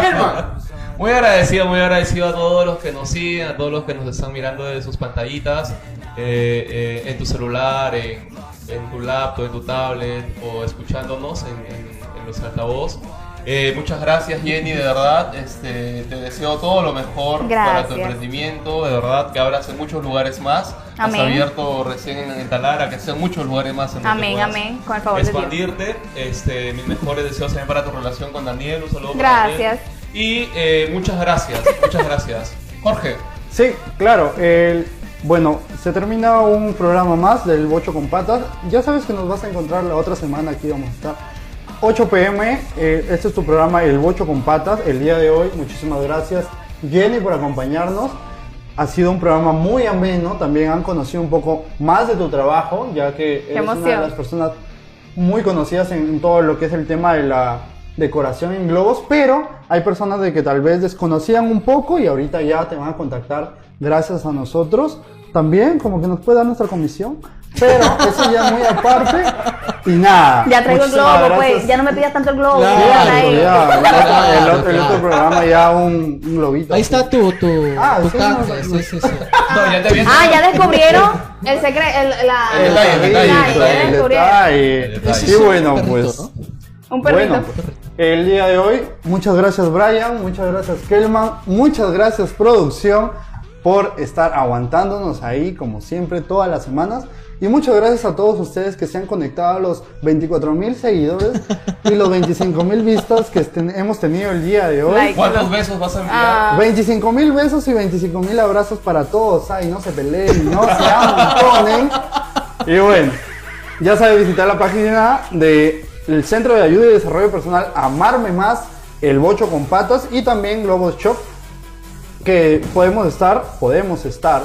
Germán,
Muy agradecido, muy agradecido a todos los que nos siguen, a todos los que nos están mirando de sus pantallitas, eh, eh, en tu celular, en, en tu laptop, en tu tablet o escuchándonos en, en- en los altavoz. Eh, muchas gracias Jenny, de verdad, este, te deseo todo lo mejor para tu
Gracias.
emprendimiento, de verdad que abras en muchos lugares más.
Amén.
Has abierto recién en el Talara, que sean muchos lugares más en donde
Amén,
puedas
amén, con el favor de Dios.
expandirte. Este, mis mejores deseos también para tu relación con Daniel. Un saludo para
Gracias.
Daniel. Y eh, muchas gracias, muchas gracias. Jorge,
Sí, claro. el- bueno, se termina un programa más del Bocho con Patas. Ya sabes que nos vas a encontrar la otra semana aquí vamos a estar. 8 pm, eh, este es tu programa El Bocho con Patas, el día de hoy. Muchísimas gracias Jenny por acompañarnos. Ha sido un programa muy ameno, también han conocido un poco más de tu trabajo, ya que eres una de
emoción.
las personas muy conocidas en todo lo que es el tema de la decoración en globos, pero hay personas de que tal vez desconocían un poco y ahorita ya te van a contactar gracias a nosotros. También como que nos puede dar nuestra comisión, pero eso ya muy aparte. Y nada.
Ya traigo el
muchísimas
globo, pues,
gracias.
ya no me pidas tanto el globo.
Claro,
ya
Claro,
traigo.
ya, el otro- el otro, el
Claro.
otro programa ya un, un globito.
ahí está tu, tu,
Ah,
tu
sí,
canje,
no, no.
sí, sí, sí.
no, ya te habías-
Ah, ya descubrieron el secreto, el, la-
El detalle, el detalle,
ya
el detalle.
descubrieron.
detalle.
El detalle.
Y
Ese es un
bueno,
perrito,
pues.
¿no?
Un perrito.
Bueno,
pues,
el día de hoy, muchas gracias Brian, muchas gracias Kelman, muchas gracias producción por estar aguantándonos ahí como siempre todas las semanas. Y muchas gracias a todos ustedes que se han conectado a los 24 mil seguidores y los 25 mil vistas que ten- hemos tenido el día de hoy.
Like.
¿cuántos besos vas a enviar?
Ah,
25 mil besos y 25 mil abrazos para todos. Ay, no se peleen, no se amontonen. Y bueno, ya sabe visitar la página del Centro de Ayuda y Desarrollo Personal Amarme Más, El Bocho con Patas y también Globos Shop, que podemos estar, podemos estar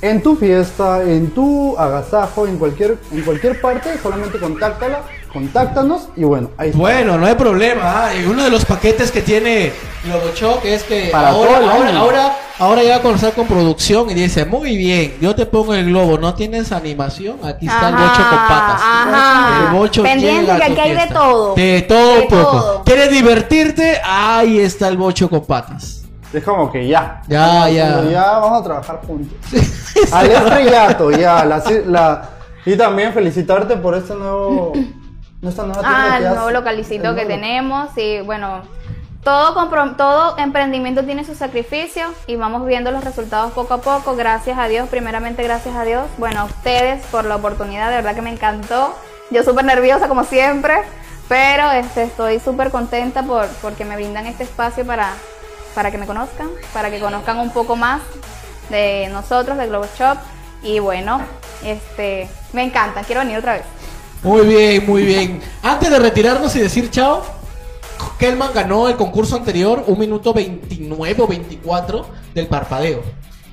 en tu fiesta, en tu agasajo, en cualquier, en cualquier parte, solamente contáctala, contáctanos y bueno, ahí está.
Bueno, no hay problema. ah, y uno de los paquetes que tiene Globochoc es que
Para
ahora,
todo el
ahora,
año.
ahora, ahora ya va a conversar con producción y dice, muy bien, yo te pongo el globo, no tienes animación, aquí está el
Ajá,
bocho con patas.
ajá.
El bocho
Ah, Pendiente
llega a
que
tu
aquí hay de
fiesta.
todo.
De todo
De
un poco.
todo.
¿Quieres divertirte? Ahí está el bocho con patas.
Es como que ya.
Ya, ya.
Como ya vamos a trabajar juntos. Al estrellato, ya. La, la- y también felicitarte por este nuevo. no, Esta nueva tienda
Ah,
que
el
has-
nuevo
el
localicito
nuevo
que
local.
tenemos y bueno, todo, comprom- todo emprendimiento tiene su sacrificio y vamos viendo los resultados poco a poco, gracias a Dios, primeramente gracias a Dios, bueno, a ustedes por la oportunidad, de verdad que me encantó, yo súper nerviosa como siempre, pero este, estoy súper contenta por, porque me brindan este espacio para, para que me conozcan, para que conozcan un poco más de nosotros, de Globo Shop y bueno, este, me encanta, quiero venir otra vez.
Muy bien, muy bien. Antes de retirarnos y decir chao, Kelman ganó el concurso anterior, un minuto 29 o 24 del parpadeo.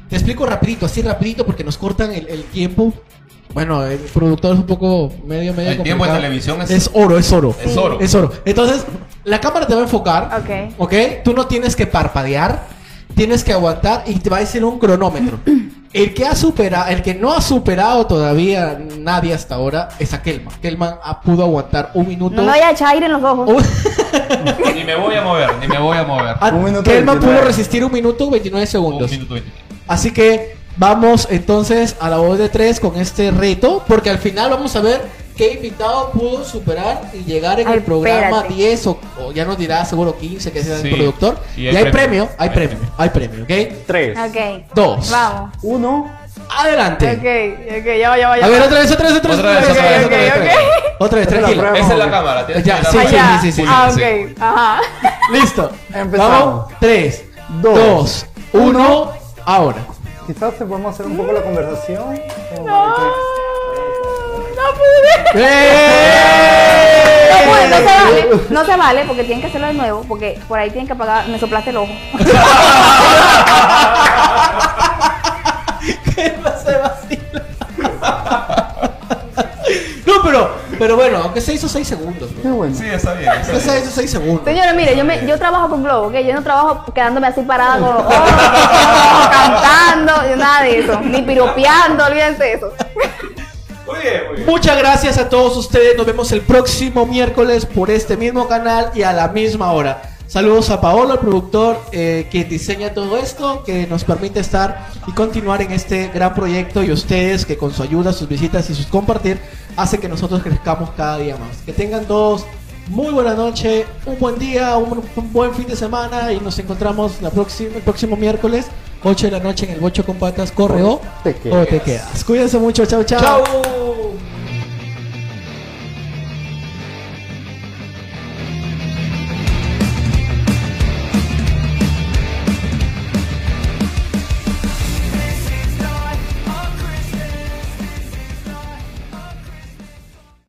Te explico rapidito, así rapidito, porque nos cortan el, el tiempo. Bueno, el productor es un poco medio, medio
El tiempo en
complicado.
televisión es-
oro, es oro.
Es oro.
Es oro. Entonces, la cámara te va a enfocar.
Ok.
Ok. Tú no tienes que parpadear, tienes que aguantar y te va a decir un cronómetro. El que ha superado, el que no ha superado todavía nadie hasta ahora es a Kelman. Kelman ah, pudo aguantar un minuto.
No me vaya a echar aire en los ojos.
Un-
Ni me voy a mover, ni me voy a mover.
Ah,
Un minuto
Kelman
29.
pudo resistir un minuto 29
Un
segundos.
minuto veinte.
Así que vamos entonces a la voz de tres con este reto, porque al final vamos a ver qué invitado pudo superar y llegar en
Ay,
el programa
espérate.
10 o, o ya nos dirá seguro 15 que sea
Sí.
el productor. Y hay, premio, hay premio, hay premio, ¿ok?
Tres.
Ok.
Dos.
Vamos.
Uno.
Adelante.
Ok, ok, ya va, ya va, ya
A ver,
va.
otra vez, otra vez, otra vez.
Otra vez,
otra
otra
vez,
vez,
otra
otra
vez,
vez.
otra vez. Otra vez,
Esa es la
tranquilo.
prueba.
Esa es la cámara. tienes
Ya,
que
sí,
grabar.
Allá.
sí, sí, sí.
Ah,
Sí.
ok. Ajá.
Listo.
Empezamos.
Vamos. 3,
Dos,
2, 1, ahora.
Quizás te podemos hacer un poco la conversación. Como
No.
para
No pude.
¡Eh!
No pude, no se vale. No se vale porque tienen que hacerlo de nuevo. Porque por ahí tienen que apagar. Me soplaste el ojo.
se vacila. No, pero, pero bueno, aunque se hizo 6 segundos.
que- Qué
bro.
bueno.
Sí, está bien. está
Aunque
bien.
se hizo 6 segundos.
Señores, mire, yo, me, yo trabajo con Globo, ¿ok? Yo no trabajo quedándome así parada con los ojos, cantando, yo nada de eso, ni piropeando, olvídense de eso.
Muy bien, muy bien.
Muchas gracias a todos ustedes. Nos vemos el próximo miércoles por este mismo canal y a la misma hora. Saludos a Paolo, el productor eh, que diseña todo esto, que nos permite estar y continuar en este gran proyecto y ustedes que con su ayuda, sus visitas y sus compartir hacen que nosotros crezcamos cada día más. Que tengan todos muy buena noche, un buen día, un, un buen fin de semana y nos encontramos la próxima, el próximo miércoles, 8 de la noche en el Bocho con Patas, correo
Te
o te quedas. Cuídense mucho, chao.
Chau.